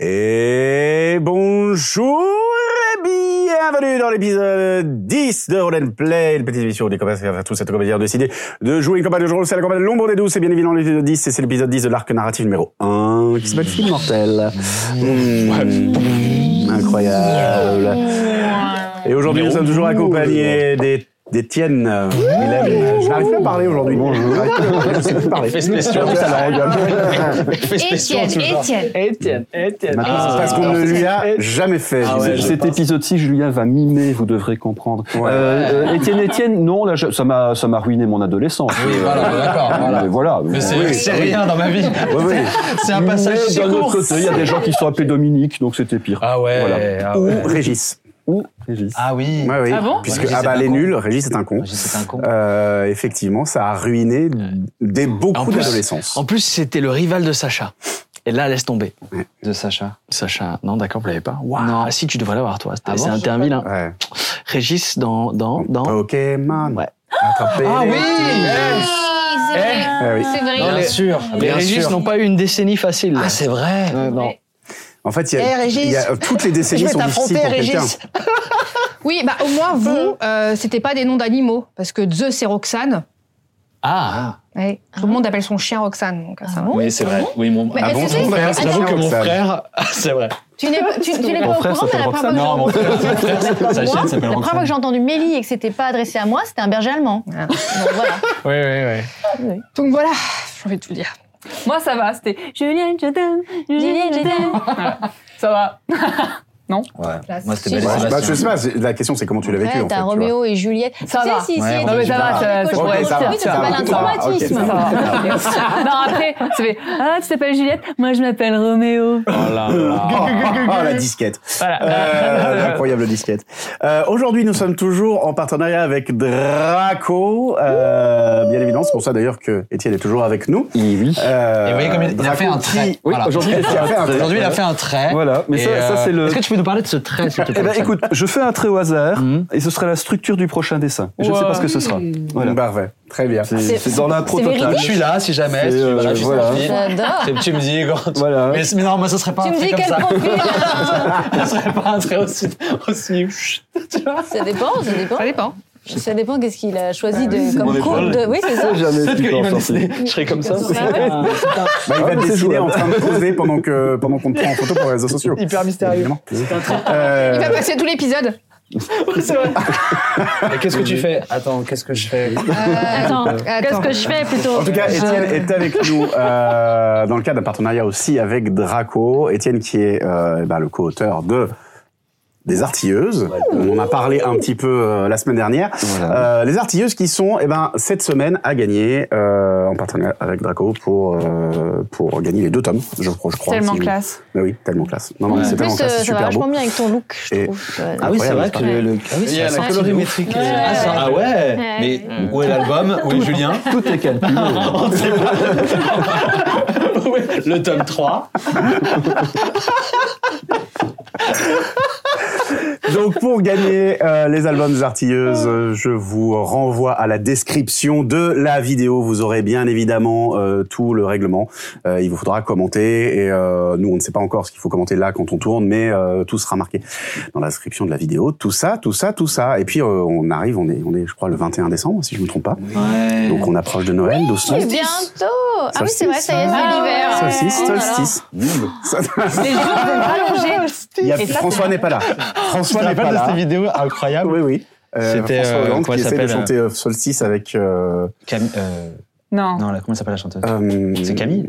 Et bonjour et bienvenue dans l'épisode 10 de Roll and Play, une petite émission où des copains à tous cette comédien ont décidé de jouer une campagne de jeu de rôle, c'est la campagne de l'ombre des douze, c'est bien évidemment l'épisode 10 et c'est l'épisode 10 de l'arc narratif numéro 1 qui s'appelle Film Mortel. Mmh, incroyable. Et aujourd'hui nous sommes toujours accompagnés des d'Étienne, euh, Mylène. Je n'arrive plus à parler aujourd'hui. Bonjour. Je ne sais plus parler. Fais spécial. Je perds la langue. Fais spécial. Étienne, Étienne. Étienne, Étienne. Maintenant, c'est parce qu'on ne lui a jamais fait. Ah Gisèle. ouais, je Cet épisode-ci, Julien va mimer, vous devrez comprendre. Ouais. Euh, euh, Étienne, Étienne, non, là, je- ça m'a, ça m'a ruiné mon adolescence. Ah Euh, Oui, voilà, bah, d'accord, voilà. Mais voilà. Mais c'est c'est rien dans ma vie. Ouais, ouais. C'est un passage Mais si d'un court. autre côté, il y a des gens qui sont appelés Dominique, donc c'était pire. Ah ouais. Voilà. Ah, Ou ouais. Régis. Ou Régis. Ah oui. Ouais, oui. Ah bon Puisque Régis ah est bah, un les con. nuls, Régis est un con. C'est un con. Euh, effectivement, ça a ruiné des En beaucoup plus- d'adolescence. En plus, c'était le rival de Sacha. Et là, laisse tomber. De Sacha. Sacha, non, d'accord, vous l'avez pas. Waouh. Non. Si, tu devrais l'avoir, toi. Ah bon C'est un terme vilain. Ouais. Régis, dans, dans, dans. Pokémon. Ouais. Attraper Ah les oui petits- Oui, c'est Eh. Ah oui. vrai. C'est Bien vrai. sûr. Les Bien Régis sûr. n'ont pas eu une décennie facile. Ah, c'est vrai. Ouais, non. En fait, il y a, Eh, Régis il y a- euh, toutes les décennies sont difficiles pour quelqu'un. Oui, bah au moins vous, euh, c'était pas des noms d'animaux parce que Zeus c'est Roxane. Ah. Ouais, Tout le monde appelle son chien Roxane. Donc, euh, ça va. Oui, c'est vrai. Oui, mon Mais- Ah mais bon, tu sais, ton frère, c'est- c'est J'avoue un que mon sage. frère. Ah, c'est vrai. Tu n'es tu, tu n'es Mon pas au frère courant, c'est s'appelle la première Roxane. fois Non, mon frère. que Sa j'entends- chienne s'appelle moi, La première fois Roxane. que j'ai entendu Mélie et que c'était pas adressé à moi, c'était un berger allemand. Ah. Donc voilà. Oui, oui, oui. Donc voilà, j'ai envie de tout dire. Moi, ça va, c'était Julien, je t'aime, Julien, je t'aime. Ça va. Moi, c'était Si, Belle et si. Ouais, bah, je Sébastien. sais pas, c'est- la question c'est comment tu l'as vécu Après, en fait. t'as tu vois. Roméo et Juliette. Ça tu va. sais, si, Ouais, bon, mais ça si, dans va, les ça- ça cauchemars pourrait de être ça. Roméo, Ça ça va, s'appelle un ça va, ok, traumatisme. ça Ça va. non, après, ça fait Ah, tu t'appelles Juliette Moi, je m'appelle Roméo. Oh, oh, oh, la disquette. Euh, L'incroyable disquette. Euh, Aujourd'hui, nous sommes toujours en partenariat avec Draco. Euh, bien évidemment, c'est pour ça d'ailleurs que Étienne est toujours avec nous. Et oui. Euh, Et vous voyez comme il- il a Draco fait un qui- trait. Oui, Voilà. aujourd'hui, il a fait un trait. Aujourd'hui, il a fait un trait. Voilà, mais Et, ça, ça, euh, c'est le. Est-ce que tu peux nous parler de ce trait, s'il te plaît Eh ben, écoute, je fais un trait au hasard Mhm. et ce sera la structure du prochain dessin. Et Je ne sais pas ce que ce sera. Voilà. Parfait. Très bien. C'est- C'est dans l'impro c'est totale. Je suis là si jamais. C'est, si- euh, voilà, je suis voilà. tranquille. J'adore. Tu- Tu me dis quand. Voilà. Mais, mais non, moi, ça serait pas Tu un me trait dis comme quel ça. profil hein Ça serait pas un trait aussi. aussi... Tu vois Ça dépend, ça dépend. Ça dépend. Ça dépend qu'est-ce qu'il a choisi de, On est comme pas cours de. Oui, c'est ça. Je sais jamais ce qui peut en sortir. Je serais comme ça. Ah ouais. Bah, il Ah, va mais c'est décider jouable. en train de poser pendant que pendant qu'on te prend en photo pour les réseaux sociaux. Hyper mystérieux. Évidemment. Il va Euh, passer tout l'épisode. Et qu'est-ce que tu fais Attends, qu'est-ce que je fais Attends, Attends. qu'est-ce que je fais plutôt En tout cas, Étienne est avec nous euh, dans le cadre d'un partenariat aussi avec Draco. Étienne qui est euh, eh ben, le co-auteur de des artilleuses. On en a parlé un petit peu euh, la semaine dernière. Euh, les artilleuses qui sont eh ben, cette semaine à gagner euh, en partenariat avec Draco pour, euh, pour gagner les deux tomes, je, crois- je crois. Tellement si- classe. Bah oui, tellement classe. Non, non, Ouais. c'est En tellement plus, classe, euh, c'est ça super va beau. vachement bien avec ton look, Et- je trouve. Euh, Ah oui, c'est vrai Incroyable, que le. le- Ah oui, Il y a c'est la vrai. colorimétrie. qui- Ah, ça- ah ouais Mais où est l'album Où est Julien Tout est calculé. On ne sait pas. Où est le tome 3. Donc pour gagner euh, les albums des Ah. artilleuses, euh, je vous renvoie à la description de la vidéo. Vous aurez bien évidemment euh, tout le règlement. Euh, il vous faudra commenter et euh, nous on ne sait pas encore ce qu'il faut commenter là quand on tourne, mais euh, tout sera marqué dans la description de la vidéo. Tout ça, tout ça, tout ça. Et puis euh, on arrive, on est, on est, je crois le 21 décembre si je ne me trompe pas. Ouais. Donc on approche de Noël, doucement. C'est bientôt Ah oui, c'est vrai, ça y est, Ah c'est l'hiver. Solstice, Oh là là. solstice. Ça- Les jours vont rallonger. Il y a- Et ça, François n'est pas là. François n'est pas de cette là. vidéo incroyable Oui, oui. Euh, C'était, François euh, Hollande comment qui elle essaie de s'appelle, chanter euh, Solstice avec. euh, Camille, euh, Non. Non, là, comment s'appelle la chanteuse euh, C'est Camille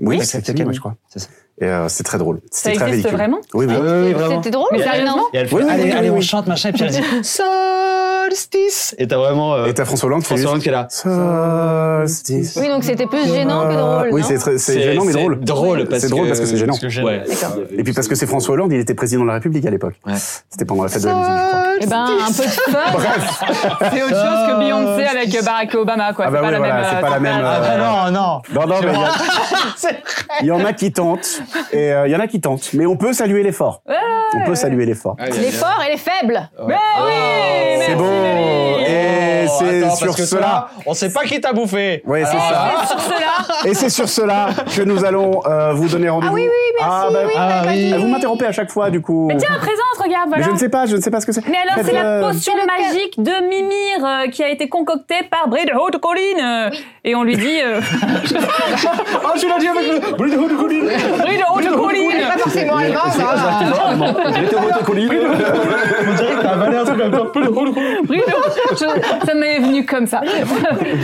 Oui, Oui, c'est c'est Camille, Camille. je crois. C'est ça. Et euh, c'est très drôle. Ça C'était très existe ridicule. vraiment Oui, oui. C'était drôle, Mais ça, sérieusement Et elle fait, Oui, oui, allez, oui, allez, oui. on chante, machin, et puis elle dit Solstice Et t'as vraiment euh, Et t'as François Hollande qui fait juste François Hollande qui est là. Solstice. Oui, donc c'était plus gênant que drôle. Oui, non c'est très- c'est gênant mais c'est drôle. Drôle parce C'est drôle parce que c'est gênant. Ouais. Et puis parce que c'est François Hollande, il était président de la République à l'époque. Ouais. C'était pendant la fête de la musique, je crois. Eh ben, un peu de fun. C'est autre chose que Beyoncé avec Barack Obama, quoi. Ah bah c'est pas oui, la voilà, même. c'est euh, pas la même. Ah euh, bah non, non Non, non, mais il y a- il y, en a qui tentent, et euh, il y en a qui tentent. Mais on peut saluer l'effort. On peut saluer l'effort. Les forts et les faibles. Mais oui, Oh. merci, C'est beau Valérie. Eh, Et c'est attends, sur parce que cela- toi, on sait pas qui t'a bouffé. Euh, Oui, c'est Alors, ça. Sur cela, Et c'est sur cela que nous allons euh, vous donner rendez-vous. oui, oui, merci, bah, oui, ah, bah, oui. oui. Vous m'interrompez à chaque fois, du coup. mais tiens, présente, regarde, Mais voilà. je ne sais pas, je ne sais pas ce que c'est. Mais alors, Faites, c'est la euh, potion C'est le cas- magique de Mimir euh, qui a été concoctée par Bride Haute Colline. euh, Et on lui dit euh, Ah, tu l'as dit avec le bruit de haut de colline. Bride Haute Elle est Colline pas forcément allemande. hein. On dirait que t'as avalé un truc avec un peu de haut de colline. Bride Haute- je- Ça m'est venu comme ça.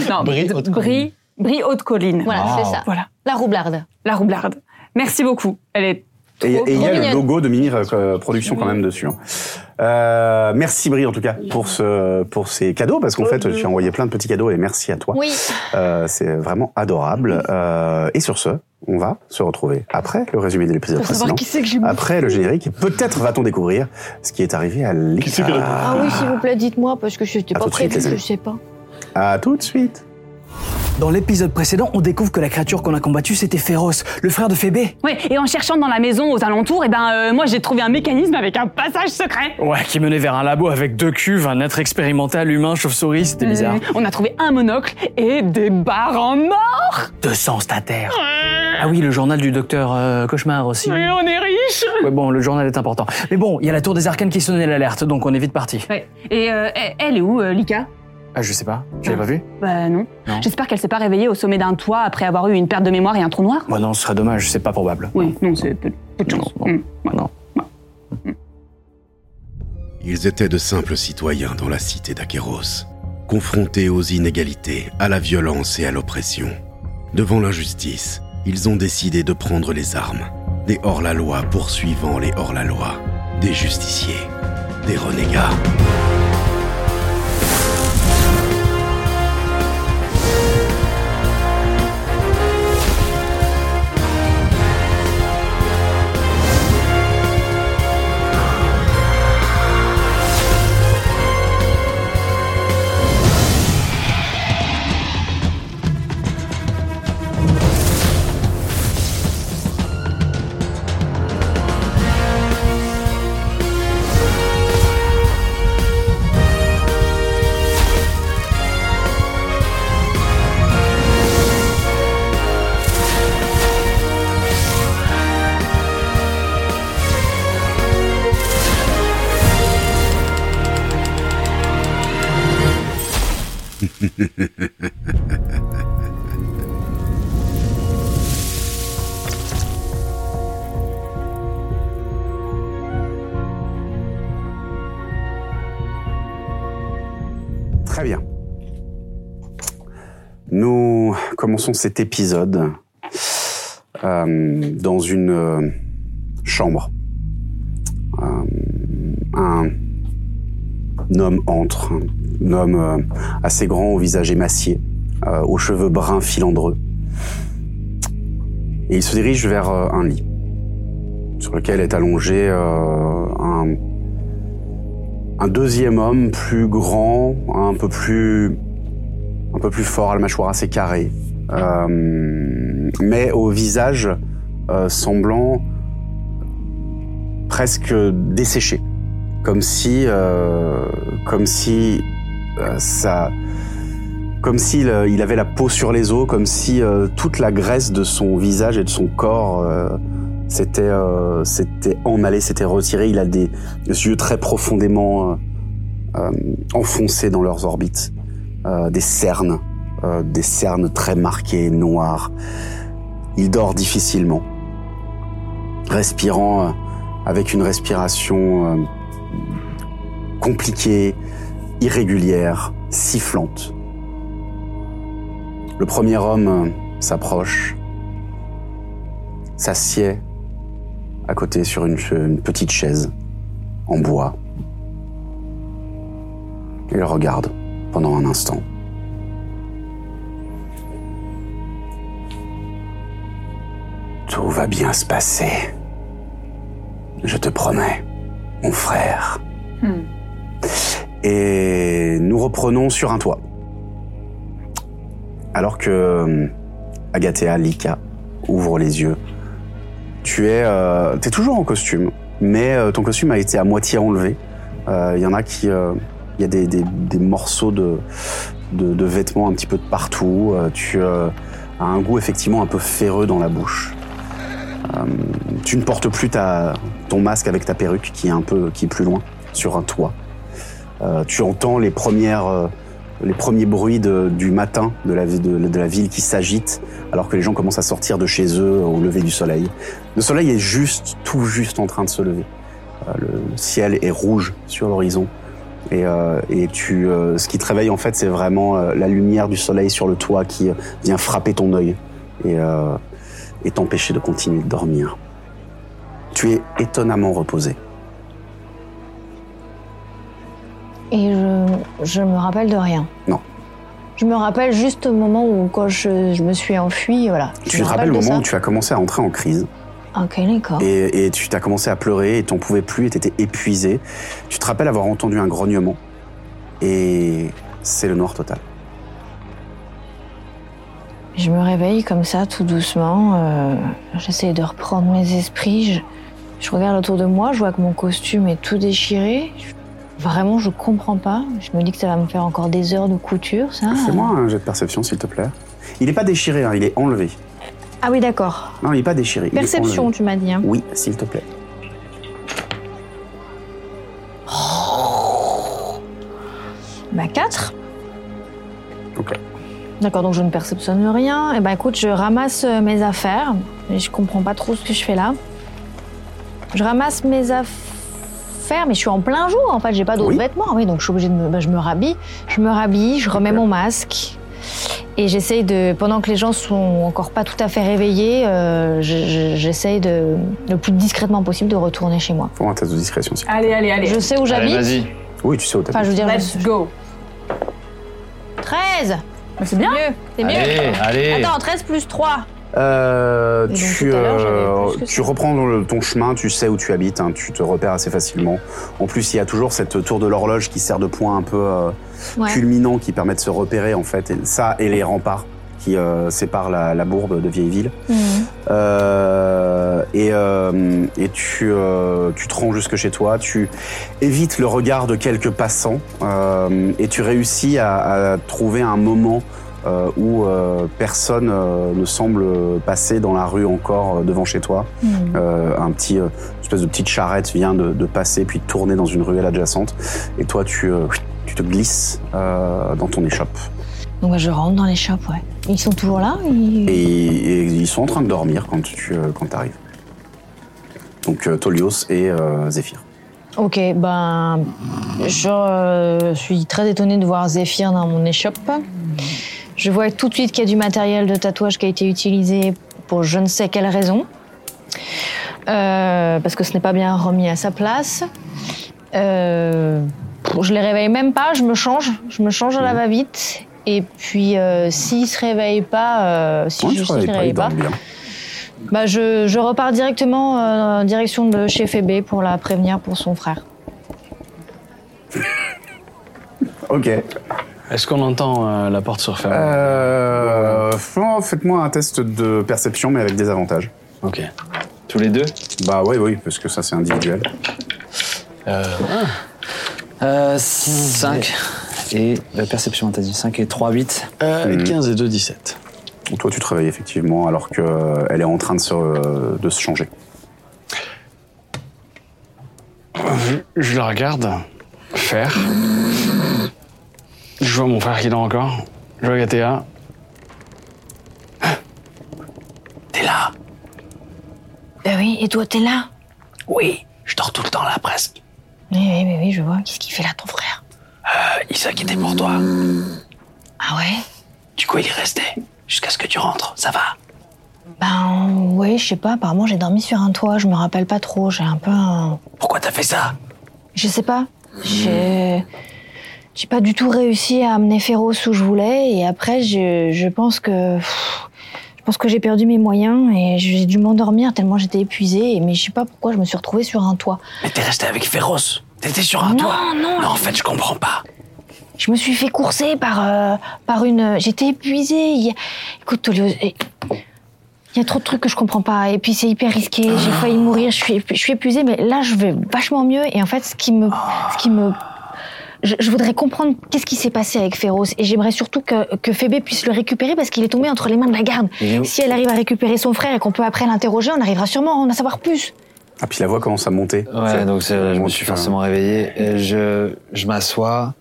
non, Bride Haute Bride- Bride Haute Colline. Oh. Voilà, c'est ça. Voilà, La roublarde. la roublarde. Merci beaucoup. Elle est Et et il y trop a le mignonne. logo de Mimir euh, Production quand même dessus. hein. Euh, merci Brie en tout cas pour ce pour ces cadeaux parce qu'en fait tu as envoyé plein de petits cadeaux et merci à toi. Oui. Euh, c'est vraiment adorable. Euh, et sur ce, on va se retrouver après le résumé de l'épisode précédent. c'est que j'ai Après le générique, et peut-être va-t-on découvrir ce qui est arrivé à c'est qu'elle Lisa. Ah oui, s'il vous plaît, dites-moi, parce que je n'étais À pas tout de suite, prévu, les je amis. sais pas. À tout de suite. Dans l'épisode précédent, on découvre que la créature qu'on a combattue, c'était Féroce, le frère de Phébé. Ouais, et en cherchant dans la maison aux alentours, et ben euh, moi j'ai trouvé un mécanisme avec un passage secret. Ouais, qui menait vers un labo avec deux cuves, un être expérimental humain, chauve-souris, c'était bizarre. Euh, on a trouvé un monocle et des barres en or. 200 stataires. Ah oui, le journal du docteur euh, Cauchemar aussi. Et on est riche. Ouais, bon, le journal est important. Mais bon, il y a la tour des arcanes qui sonnait l'alerte, donc on est vite parti. Ouais. Et euh, elle- elle est où, euh, Lika Ah, je sais pas, j'avais pas vu Bah non. Non. J'espère qu'elle s'est pas réveillée au sommet d'un toit après avoir eu une perte de mémoire et un trou noir. Bah non, ce serait dommage, c'est pas probable. Oui, non, c'est peu, peu de chance. Non, non. Mm. Ouais. Non. Ils étaient de simples citoyens dans la cité d'Aqueros, confrontés aux inégalités, à la violence et à l'oppression. Devant l'injustice, ils ont décidé de prendre les armes, des hors-la-loi poursuivant les hors-la-loi, des justiciers, des renégats. Très bien. Nous commençons cet épisode euh, dans une euh, chambre. Euh, un, homme entre, un homme euh, assez grand au visage émacié, euh, aux cheveux bruns filandreux. Et il se dirige vers euh, un lit sur lequel est allongé euh, un un deuxième homme plus grand, un peu plus, un peu plus fort, à la mâchoire assez carrée, euh, mais au visage euh, semblant presque desséché, comme si, euh, comme si euh, ça, comme s'il euh, il avait la peau sur les os, comme si euh, toute la graisse de son visage et de son corps euh, s'était, euh, s'était emmêlée, s'était retirée. Il a des des yeux très profondément euh, euh, enfoncés dans leurs orbites, euh, des cernes, euh, des cernes très marquées, noires. Il dort difficilement, respirant euh, avec une respiration euh, compliquée, irrégulière, sifflante. Le premier homme euh, s'approche, s'assied à côté sur une che- une petite chaise en bois. Il le regarde pendant un instant. Tout va bien se passer. Je te promets, mon frère. Hmm. Et nous reprenons sur un toit. Alors que euh, Agathea Lika ouvre les yeux. Tu es, euh, t'es toujours en costume mais euh, ton costume a été à moitié enlevé. Euh, Il y en a qui, euh, Il y a des, des- des morceaux de, de, de vêtements un petit peu de partout. Euh, tu euh, as un goût effectivement un peu ferreux dans la bouche. Euh, tu ne portes plus ta, ton masque avec ta perruque qui est un peu qui est plus loin sur un toit. Euh, tu entends les premières euh, les premiers bruits de- du matin de la, vi- de, de la ville qui s'agite alors que les gens commencent à sortir de chez eux au lever du soleil. Le soleil est juste tout juste en train de se lever. Euh, le ciel est rouge sur l'horizon. Et, euh, et tu, euh, ce qui te réveille en fait, c'est vraiment euh, la lumière du soleil sur le toit qui euh, vient frapper ton œil et, euh, et t'empêcher de continuer de dormir. Tu es étonnamment reposé. Et je, je me rappelle de rien. Non. Je me rappelle juste au moment où, quand je, je me suis enfuie, voilà. Je Tu me te rappelles le de moment où ça. tu as commencé à entrer en crise Ok, d'accord. et, et tu t'as commencé à pleurer et t'en pouvais plus et t'étais épuisé. Tu te rappelles avoir entendu un grognement et c'est le noir total. Je me réveille comme ça, tout doucement. euh, J'essaie de reprendre mes esprits. Je, je regarde autour de moi, je vois que mon costume est tout déchiré. Je- vraiment, je comprends pas. Je me dis que ça va me faire encore des heures de couture, ça. Fais-moi un jet de perception s'il te plaît. Il n'est pas déchiré, hein, il est enlevé. Ah oui, d'accord. Non, il n'est pas déchiré. il est Perception, enlevé. tu m'as dit. hein. Oui, s'il te plaît. Bah 4. Ok. D'accord, donc je ne perceptionne rien. Et bah écoute, je ramasse euh, mes affaires. Mais je comprends pas trop ce que je fais là. Je ramasse mes affaires, mais je suis en plein jour en fait, j'ai pas d'autres Oui. vêtements. Oui, donc je suis obligée de me, bah, je me rhabille. Je me rhabille, je remets mon masque. Et j'essaye de, pendant que les gens sont encore pas tout à fait réveillés, euh, je- je- j'essaye de, le plus discrètement possible de retourner chez moi. Pour un test de discrétion. s'il te Allez, allez, allez. Je sais où Allez, j'habite. vas-y. plaît. Oui, tu sais où t'as Enfin, je veux dire, Let's go. 13 Mais c'est bien. C'est mieux. Allez, allez. Attends, 13 plus 3. Euh, Mais donc, tu, tout à l'heure, euh, j'avais plus que tu ça. reprends le- ton chemin, tu sais où tu habites, hein, tu te repères assez facilement. En plus, il y a toujours cette tour de l'horloge qui sert de point un peu euh, Ouais. culminant qui permet de se repérer en fait. Et ça et les remparts qui euh, séparent la, la bourbe de Vieilleville. Euh, et euh, et tu, euh, tu te rends jusque chez toi, tu évites le regard de quelques passants euh, et tu réussis à, à trouver un moment euh, où euh, personne euh, ne semble passer dans la rue encore euh, devant chez toi. Hmm. Euh, un petit, euh, une espèce de petite charrette vient de, de passer puis de tourner dans une ruelle adjacente et toi tu, euh, tu te glisses euh, dans ton échoppe. Donc bah, je rentre dans les shops, ouais. Ils sont toujours là ils- Et, et ils sont en train de dormir quand tu euh, quand arrives. Donc euh, Tolios et euh, Zéphyr. Ok, ben. Je euh, suis très étonnée de voir Zéphyr dans mon échoppe. Je vois tout de suite qu'il y a du matériel de tatouage qui a été utilisé pour je ne sais quelle raison. Euh, parce que ce n'est pas bien remis à sa place. Euh, je les réveille même pas, je me change. Je me change à Hmm. la va-vite. Et puis, euh, s'ils se réveillent pas, euh, si Ouais, je tu ne travailles pas, ils dorment bien. Bah je, je repars directement euh, en direction de chez Fébé pour la prévenir pour son frère. Ok. Est-ce qu'on entend euh, la porte se refermer Euh, Flan, Faites-moi un test de perception mais avec des avantages. Ok. Tous les deux Bah oui, oui, parce que ça c'est individuel. Euh, 5 Et la perception, t'as dit 5 et 3, 8. euh, Mhm. 15 et 2, 17. Toi, tu te réveilles effectivement alors qu'elle est en train de se, euh, de se changer. Je la regarde faire. Je vois mon frère qui dort encore. Je vois Gatea. T'es là Bah oui, et toi t'es là Oui, je dors tout le temps là presque. Oui, oui, oui, oui, je vois. Qu'est-ce qu'il fait là ton frère Euh, il s'inquiétait pour toi. Ah ouais Du coup, il est resté. Ah. Jusqu'à ce que tu rentres, ça va Ben ouais, je sais pas, apparemment j'ai dormi sur un toit, je me rappelle pas trop, j'ai un peu un... Pourquoi t'as fait ça Hmm. Je sais pas, j'ai... J'ai pas du tout réussi à amener Féroce où je voulais et après je, je pense que... pff, Je pense que j'ai perdu mes moyens et j'ai dû m'endormir tellement j'étais épuisée, mais je sais pas pourquoi je me suis retrouvée sur un toit. Mais t'es resté avec Féroce. T'étais sur un Non, toit. non. Mais en fait, je comprends pas. Je me suis fait courser par, euh, par une. J'étais épuisée. Il y a- Écoute, Tolio, eh, il y a trop de trucs que je comprends pas. Et puis c'est hyper risqué. J'ai failli mourir. Je suis, je suis épuisée, mais là je vais vachement mieux. Et en fait, ce qui me, ce qui me je, je voudrais comprendre qu'est-ce qui s'est passé avec Féroce et j'aimerais surtout que, que Phébé puisse le récupérer parce qu'il est tombé entre les mains de la garde. Il est où Si elle arrive à récupérer son frère et qu'on peut après l'interroger, on arrivera sûrement à en savoir plus. Ah, puis la voix commence à monter. Ouais, Ah, donc c'est- je Bon, me suis putain. forcément réveillé. Et je je m'assois.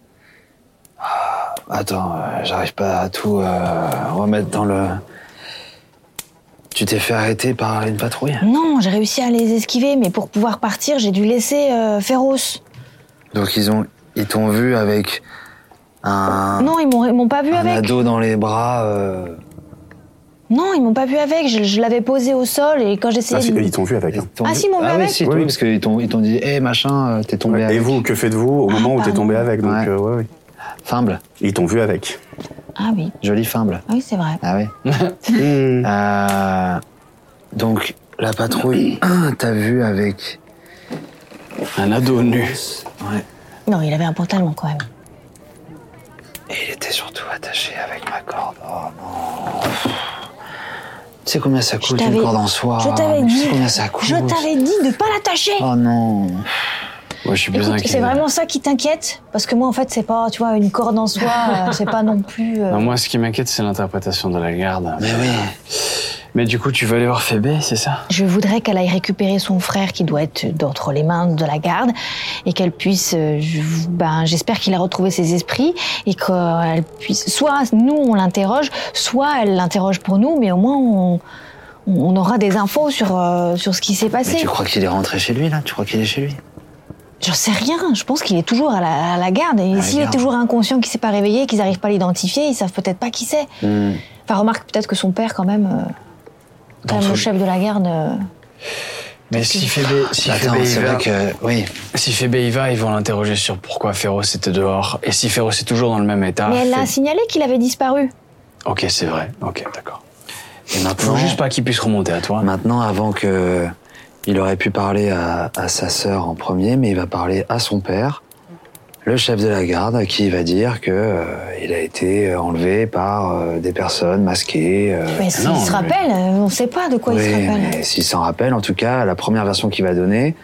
Ah, Attends, euh, j'arrive pas à tout euh, remettre dans le. Tu t'es fait arrêter par une patrouille Non, j'ai réussi à les esquiver, mais pour pouvoir partir, j'ai dû laisser euh, Féroce. Donc ils ont ils t'ont vu avec un, Non, ils m'ont ils m'ont pas vu un avec. ado dans les bras. euh, Non, ils m'ont pas vu avec. Je, je l'avais posé au sol et quand Ah, j'essayais. si, de- ils t'ont vu avec. hein. t'ont Ah, vu- s'ils m'ont vu Ah oui, avec si, ils Oui, t'ont vu, oui. parce qu'ils t'ont ils t'ont dit, hé machin, euh, t'es tombé Et avec. vous, que faites-vous au moment où t'es tombé avec donc, Ouais. euh, ouais, ouais. Fimble, Ils t'ont vu avec. Ah oui, joli fimble. ah oui, c'est vrai. Ah oui. Hmm. Euh, donc, la patrouille, t'as vu avec. Un ado nu. Ouais. Non, il avait un pantalon quand même. Et il était surtout attaché avec ma corde. Oh non. Tu sais combien ça coûte une t'avais- corde en soie je t'avais Tu sais dit- combien ça coûte Je t'avais dit de pas l'attacher. Oh non. Ouais, je suis plus Écoute, inquiet. c'est vraiment ça qui t'inquiète Parce que moi, en fait, c'est pas, tu vois, une corde en soi, euh, c'est pas non plus. euh, Non, moi, ce qui m'inquiète, c'est l'interprétation de la garde. Mais oui. Mais du coup, tu veux aller voir Phébé, c'est ça Je voudrais qu'elle aille récupérer son frère qui doit être d'entre les mains de la garde et qu'elle puisse. euh, je- ben, j'espère qu'il a retrouvé ses esprits et qu'elle puisse. Soit nous on l'interroge, soit elle l'interroge pour nous, mais au moins on, on aura des infos sur euh, sur ce qui s'est Mais passé. tu crois qu'il est rentré chez lui, là Tu crois qu'il est chez lui J'en sais rien. Je pense qu'il est toujours à la, à la garde et la s'il est garde. toujours inconscient, qu'il s'est pas réveillé, qu'ils n'arrivent pas à l'identifier, ils savent peut-être pas qui c'est. Hmm. Enfin, remarque peut-être que son père quand même. euh, quand même D'entre- le chef de la garde. euh, Mais si Phébé, si Attends, Phébé y c'est va, vrai que. Oui. si Phébé y va, ils vont l'interroger sur pourquoi Féroce était dehors. Et si Féroce est toujours dans le même Ah, état. Mais elle l'a Phébé- signalé qu'il avait disparu. Ok, c'est vrai. Ok, d'accord. Et Faut maintenant. juste pas qu'il puisse remonter à toi. Maintenant, avant que. Il aurait pu parler à, à sa sœur en premier, mais il va parler à son père, le chef de la garde, à qui il va dire que euh, il a été enlevé par euh, des personnes masquées. euh. Mais s'il non, se mais- rappelle, euh, on ne sait pas de quoi il se Oui, rappelle. mais s'il s'en rappelle, en tout cas, la première version qu'il va donner,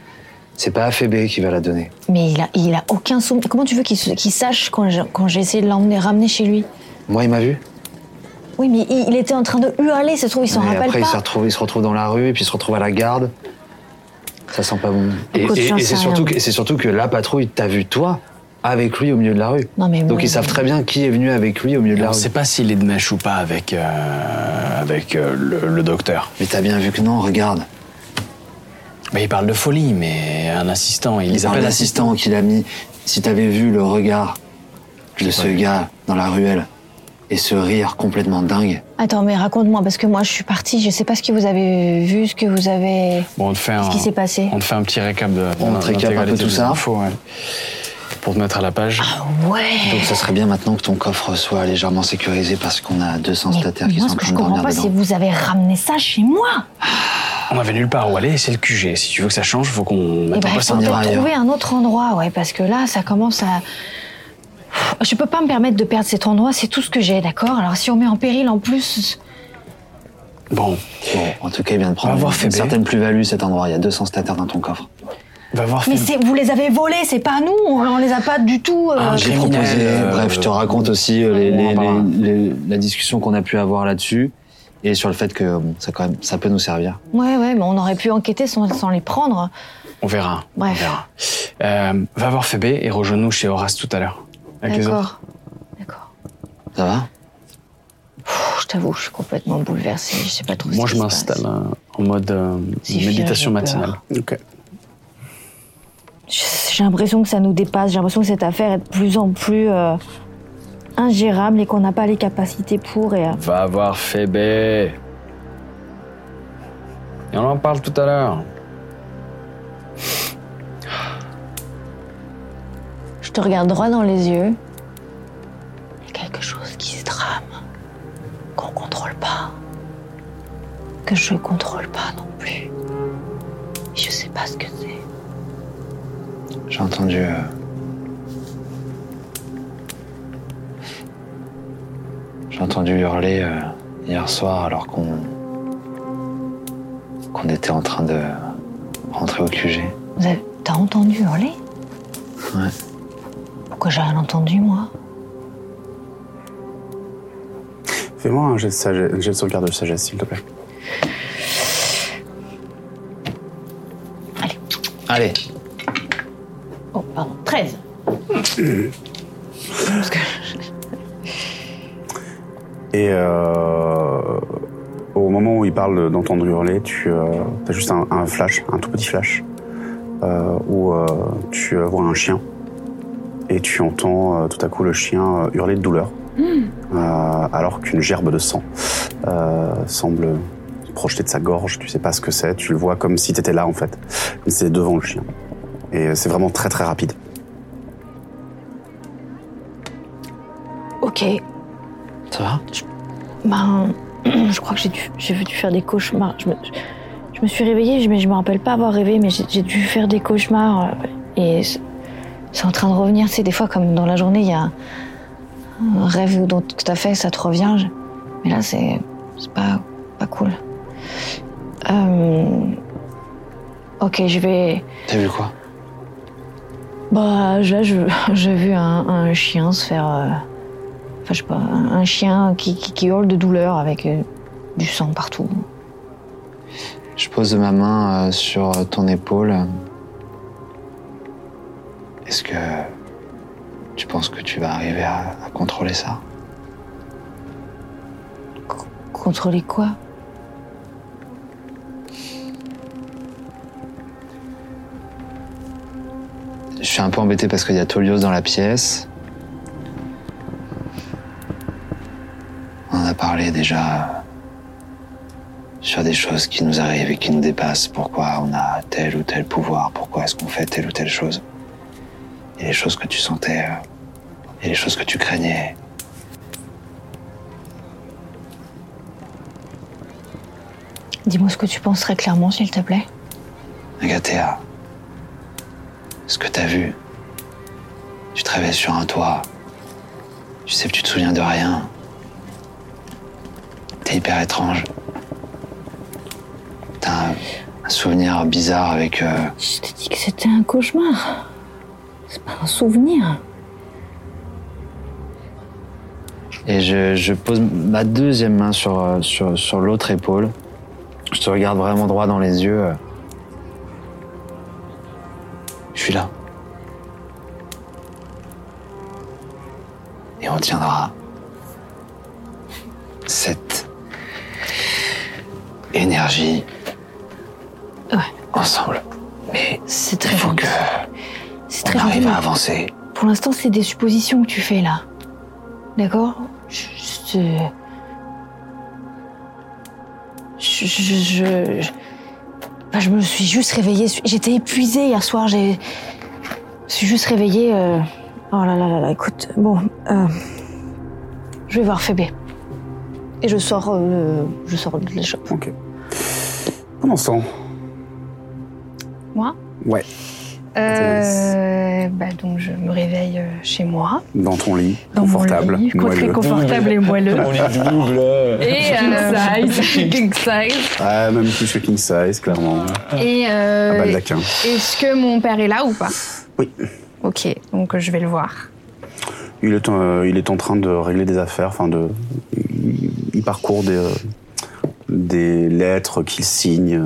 c'est pas Afébé qui va la donner. Mais il a, il a aucun souvenir. Comment tu veux qu'il se- qu'il sache quand je- quand j'ai essayé de l'emmener ramener chez lui Moi, il m'a vu. Oui, mais il, il était en train de hurler, ça se trouve, il s'en Et rappelle après, il se pas. retrouve, il se retrouve dans la rue, et puis il se retrouve à la garde. Ça sent pas bon. Et, Écoute, et- j'en et sais c'est rien. surtout, que- et c'est surtout que la patrouille t'a vu toi avec lui au milieu de la rue. Non, mais Donc bon. ils savent très bien qui est venu avec lui au milieu de Et la on rue. sait pas s'il est de mèche ou pas avec, euh, avec euh, le, le docteur. Mais t'as bien vu que non, regarde. Mais il parle de folie, mais un assistant, il les Ils appellent appelle l'assistant qu'il a mis. Si t'avais vu le regard de ce gars dans la ruelle et ce rire complètement dingue. Attends, mais raconte-moi, parce que moi je suis partie, je sais pas ce que vous avez vu, ce que vous avez. Bon, on te fait un, Qu'est-ce qui s'est passé on te fait un petit récap de On te récap un peu l'intégralité tout des ça. infos, ouais. Pour te mettre à la page. Ouais Donc ça serait bien maintenant que ton coffre soit légèrement sécurisé parce qu'on a 200 mais stataires qui sont moi, en ce que train je de comprends dormir pas, c'est dedans. vous avez ramené ça chez moi. On avait nulle part où aller, c'est le QG. Si tu veux que ça change, faut qu'on Et mette bah, en il place faut un hein. ira peut-être ailleurs. trouver un autre endroit, ouais, parce que là, ça commence à. Je peux pas me permettre de perdre cet endroit, c'est tout ce que j'ai, d'accord Alors si on met en péril en plus. Bon, Bon, en tout cas, il vient de prendre voir une Phébé. certaine plus-value cet endroit. Il y a 200 stataires dans ton coffre. va voir Mais Phébé. c'est- vous les avez volés, c'est pas nous, on, on les a pas du tout. euh, Ah, J'ai criminel, proposé. euh, bref, je te raconte aussi euh, les- on en les- parlera. les- les- la discussion qu'on a pu avoir là-dessus et sur le fait que bon, ça, quand même, ça peut nous servir. Ouais, ouais, mais on aurait pu enquêter sans, sans les prendre. On verra. Bref. On verra. Euh, va voir Phébé et rejoins-nous chez Horace tout à l'heure. Avec les autres. D'accord. D'accord. Ça va Pff, Je t'avoue, je suis complètement bouleversée. Je sais pas trop. Moi, je ce qui se passe. m'installe euh, en mode euh, Si, j'ai méditation peur. matinale. Ok. Je- J'ai l'impression que ça nous dépasse. J'ai l'impression que cette affaire est de plus en plus euh, ingérable et qu'on n'a pas les capacités pour. Et, euh, Va voir Phébé. Et on en parle tout à l'heure. je te regarde droit dans les yeux. Il y a quelque chose qui se trame, qu'on contrôle pas, que je contrôle pas non plus. Je sais pas ce que c'est. J'ai entendu. euh, J'ai entendu hurler euh, hier soir alors qu'on. qu'on était en train de rentrer au QG. Vous avez- T'as entendu hurler Ouais. Pourquoi Pourquoi j'ai rien entendu, moi Fais-moi un jet de, sagesse- un jet de sauvegarde de sagesse, s'il te plaît. Allez, Oh, pardon, 13. Parce que Et euh, au moment où il parle d'entendre hurler, tu as juste un, un flash, un tout petit flash, euh, où euh, tu euh, vois un chien. Et tu entends euh, tout à coup le chien euh, hurler de douleur, euh, alors qu'une gerbe de sang euh, semble se projeter de sa gorge. Tu sais pas ce que c'est, tu le vois comme si tu étais là en fait. Mais c'est devant le chien. Et euh, c'est vraiment très très rapide. Ok, ça va ben, je crois que j'ai dû, j'ai dû faire des cauchemars. Je me, je me suis réveillée, mais je me rappelle pas avoir rêvé, mais j'ai j'ai dû faire des cauchemars. euh, Et c'est c'est en train de revenir, c'est des fois comme dans la journée, il y a un rêve dont tu as fait, ça te revient. je- Mais là, c'est c'est pas, pas cool. Euh, ok, je vais. T'as vu quoi Bah, là, je- j'ai vu un, un chien se faire. euh, Enfin, je sais pas, un un chien qui, qui, qui hurle de douleur avec euh, du sang partout. Je pose ma main euh, sur ton épaule. Est-ce que tu penses que tu vas arriver à, à contrôler ça Contrôler quoi Je suis un peu embêté parce qu'il y a Tolios dans la pièce. On en a parlé déjà euh, sur des choses qui nous arrivent et qui nous dépassent. Pourquoi on a tel ou tel pouvoir Pourquoi est-ce qu'on fait telle ou telle chose Et les choses que tu sentais euh, et les choses que tu craignais. Dis-moi ce que tu penses très clairement, s'il te plaît. Agathea, ce que t'as vu, tu te réveilles sur un toit, tu sais que tu te souviens de rien. T'es hyper étrange. T'as un, un souvenir bizarre avec. euh, Je t'ai dit que c'était un cauchemar. C'est pas un souvenir. et je, je pose ma deuxième main sur, euh, sur, sur l'autre épaule. Je te regarde vraiment droit dans les yeux. euh. Je suis là. Et on tiendra cette énergie Ouais. ensemble. Mais C'est il très faut gentil. que C'est on très arrive gentil, à mais avancer. Pour l'instant, c'est des suppositions que tu fais là. D'accord je, je te- je, je, je- je- Enfin, je me suis juste réveillée. J'étais épuisée hier soir. J'ai. Je suis juste réveillée. euh, Oh là là là là. Écoute, bon. euh, Je vais voir Fébé. Et je sors. euh, Je sors de la shop. Ok. Pendant ce temps, Moi Ouais. Ah, Euh, bah donc je me réveille euh, chez moi, dans ton lit, dans confortable, mon lit, quoi, très moelleux. confortable et moelleux. Et euh, King size. King size. Ah, même plus que king size, clairement. Et euh, Ah bah, d'Aquin. est-ce que mon père est là ou pas Oui. Ok, donc euh, je vais le voir. Il est, en- euh, il est en train de régler des affaires, enfin de, il, il parcourt des, euh, des lettres qu'il signe.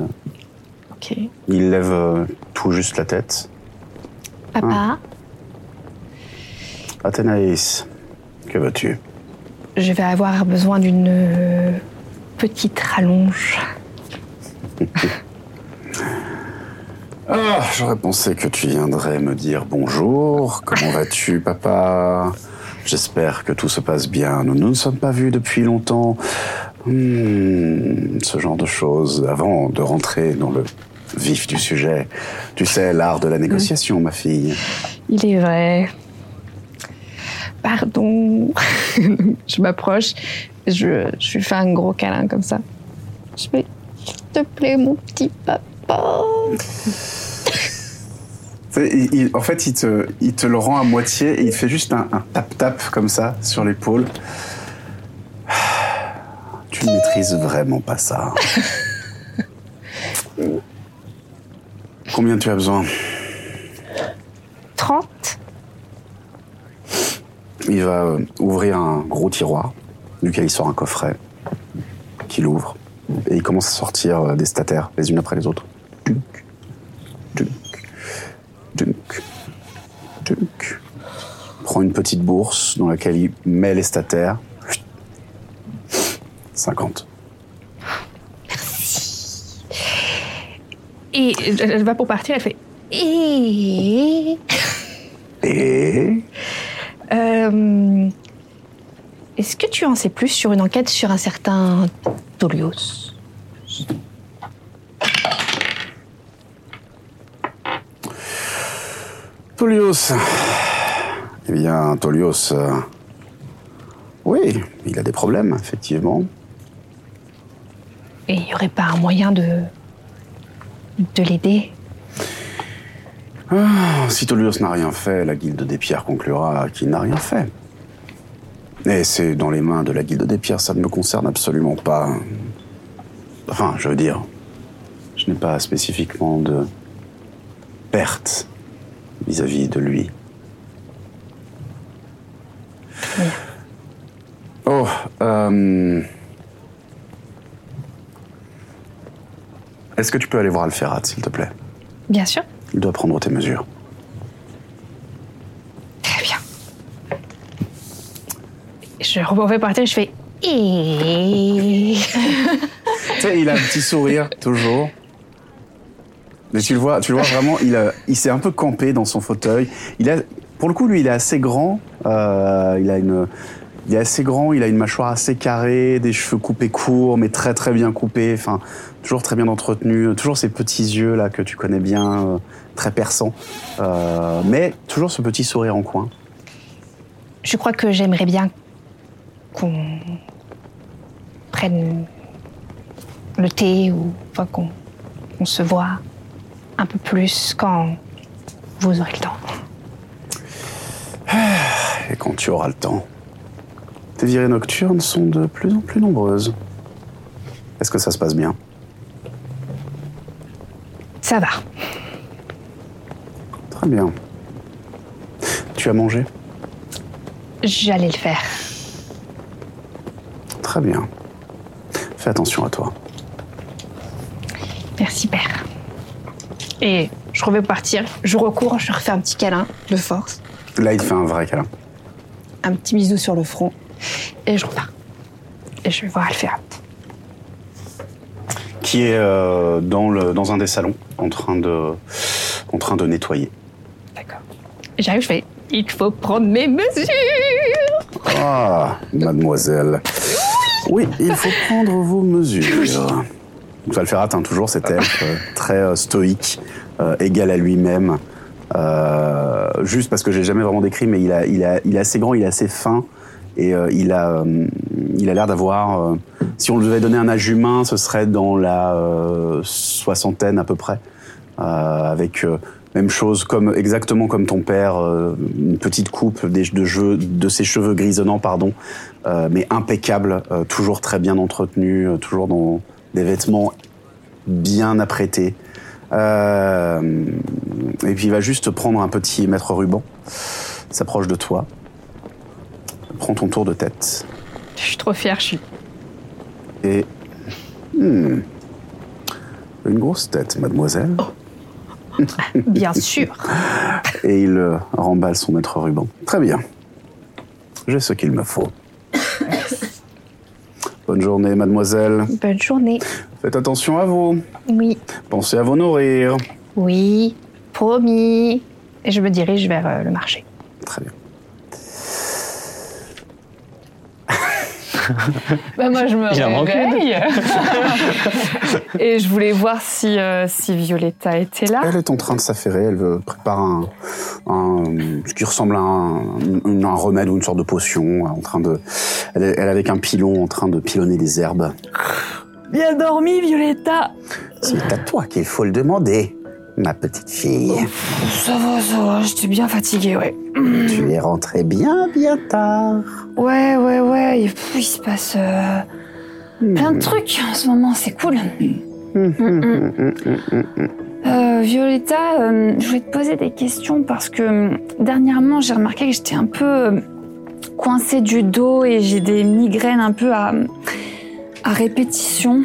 Ok. Il lève euh, tout juste la tête. Ah. Papa, Athénaïs, que veux-tu je vais avoir besoin d'une euh, petite rallonge. Ah, j'aurais pensé que tu viendrais me dire bonjour. Comment vas-tu, papa J'espère que tout se passe bien. Nous, nous ne sommes pas vus depuis longtemps. Hmm, ce genre de choses. Avant de rentrer dans le vif du sujet, tu sais l'art de la négociation, ma fille. Il est vrai. Pardon. je m'approche, je, je lui fais un gros câlin comme ça. Je fais, s'il te plaît, mon petit papa. Tu sais, il- il- en fait, il te, il te le rend à moitié et il fait juste un, un tap-tap comme ça sur l'épaule. Tu ne maîtrises vraiment pas ça. Combien tu as besoin 30 Il va euh, ouvrir un gros tiroir, duquel il sort un coffret, qu'il ouvre, et il commence à sortir euh, des statères, les unes après les autres. Tunk, tunk, tunk, tunk. Prend une petite bourse dans laquelle il met les statères. 50. Et elle elle va pour partir, elle fait Et. Et Euh, Est-ce que tu en sais plus sur une enquête sur un certain Tolios Tolios. Eh bien, Tolios. euh, oui, il a des problèmes, effectivement. Et il n'y aurait pas un moyen de. de l'aider Ah, si Tolios n'a rien fait, la Guilde des Pierres conclura qu'il n'a rien fait. Et c'est dans les mains de la Guilde des Pierres, ça ne me concerne absolument pas. Enfin, je veux dire, je n'ai pas spécifiquement de perte vis-à-vis de lui. Oh, euh... Est-ce que tu peux aller voir Alferat, s'il te plaît Bien sûr. Il doit prendre tes mesures. Très bien. Je vais partir, je fais Et. Tu sais, il a un petit sourire, toujours. Mais tu le vois, tu le vois vraiment, il, a- il s'est un peu campé dans son fauteuil. Il a, pour le coup, lui, il est assez grand. euh, il a une, il est assez grand. Il a une mâchoire assez carrée, des cheveux coupés courts, mais très très bien coupés. Enfin, toujours très bien entretenu. Toujours ces petits yeux là que tu connais bien, euh, très perçants. Euh, mais toujours ce petit sourire en coin. Je crois que j'aimerais bien qu'on prenne le thé ou enfin, qu'on qu'on se voit un peu plus quand vous aurez le temps. Et quand tu auras le temps. Tes virées nocturnes sont de plus en plus nombreuses. Est-ce que ça se passe bien Ça va. Très bien. Tu as mangé J'allais le faire. Très bien. Fais attention à toi. Merci, père. Et je revais partir. Je recours, je refais un petit câlin de force, Là, il te fait un vrai câlin. un petit bisou sur le front, et je repars. Et je vais voir Alphéa. Qui est euh, dans, le, dans un des salons, en train de, en train de nettoyer. J'arrive, je fais Il faut prendre mes mesures Ah, mademoiselle. Oui, il faut prendre vos mesures. Donc, ça le faire atteindre toujours cet être euh, très euh, stoïque, euh, égal à lui-même. Euh, juste parce que j'ai jamais vraiment décrit, mais il, a, il, a, il est assez grand, il est assez fin, et euh, il a euh, il a l'air d'avoir. euh, si on le devait donner un âge humain, ce serait dans la euh, soixantaine à peu près, Euh, avec euh, même chose comme exactement comme ton père, euh, une petite coupe des- de, jeu- de ses cheveux grisonnants, pardon, euh, mais impeccable, euh, toujours très bien entretenu, euh, toujours dans des vêtements bien apprêtés. Euh, et puis il va juste prendre un petit maître ruban, s'approche de toi, prend ton tour de tête Je suis trop fière, je suis. et... Hmm. une grosse tête, mademoiselle. Bien sûr. Et il euh, remballe son maître ruban. Très bien. J'ai ce qu'il me faut. Bonne journée, mademoiselle. Bonne journée. Faites attention à vous. Oui, Pensez à vous nourrir. oui, promis. Et je me dirige vers euh, le marché. Très bien. Bah moi je me Il a manqué. réveille. Et je voulais voir si, euh, si Violetta était là. Elle est en train de s'affairer. Elle euh, prépare un, un- ce qui ressemble à un, une- un remède ou une sorte de potion. En train de, elle, est- elle est avec un pilon en train de pilonner des herbes. Bien dormi Violetta C'est à toi qu'il faut le demander, ma petite fille. Ça va, ça va, j'étais bien fatiguée, ouais. Tu es rentrée bien, bien tard. Ouais, ouais, ouais. Et puis, il se passe euh, plein de trucs en ce moment, c'est cool. Euh, Violetta, euh, je voulais te poser des questions parce que euh, dernièrement, j'ai remarqué que j'étais un peu euh, coincée du dos et j'ai des migraines un peu à, à répétition.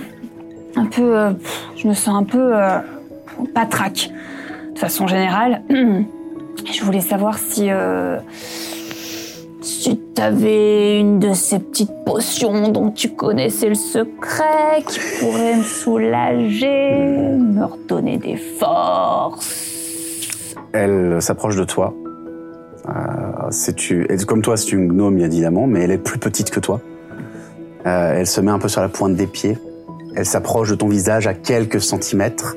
Un peu. euh, pff, je me sens un peu. euh, patraque. De façon générale, je voulais savoir si. euh, si t'avais une de ces petites potions dont tu connaissais le secret, qui pourrait me soulager, me redonner des forces. Elle s'approche de toi. Euh, c'est une- elle- comme toi, c'est une gnome, il y a dynamant, mais elle est plus petite que toi. Euh, elle se met un peu sur la pointe des pieds. Elle s'approche de ton visage à quelques centimètres.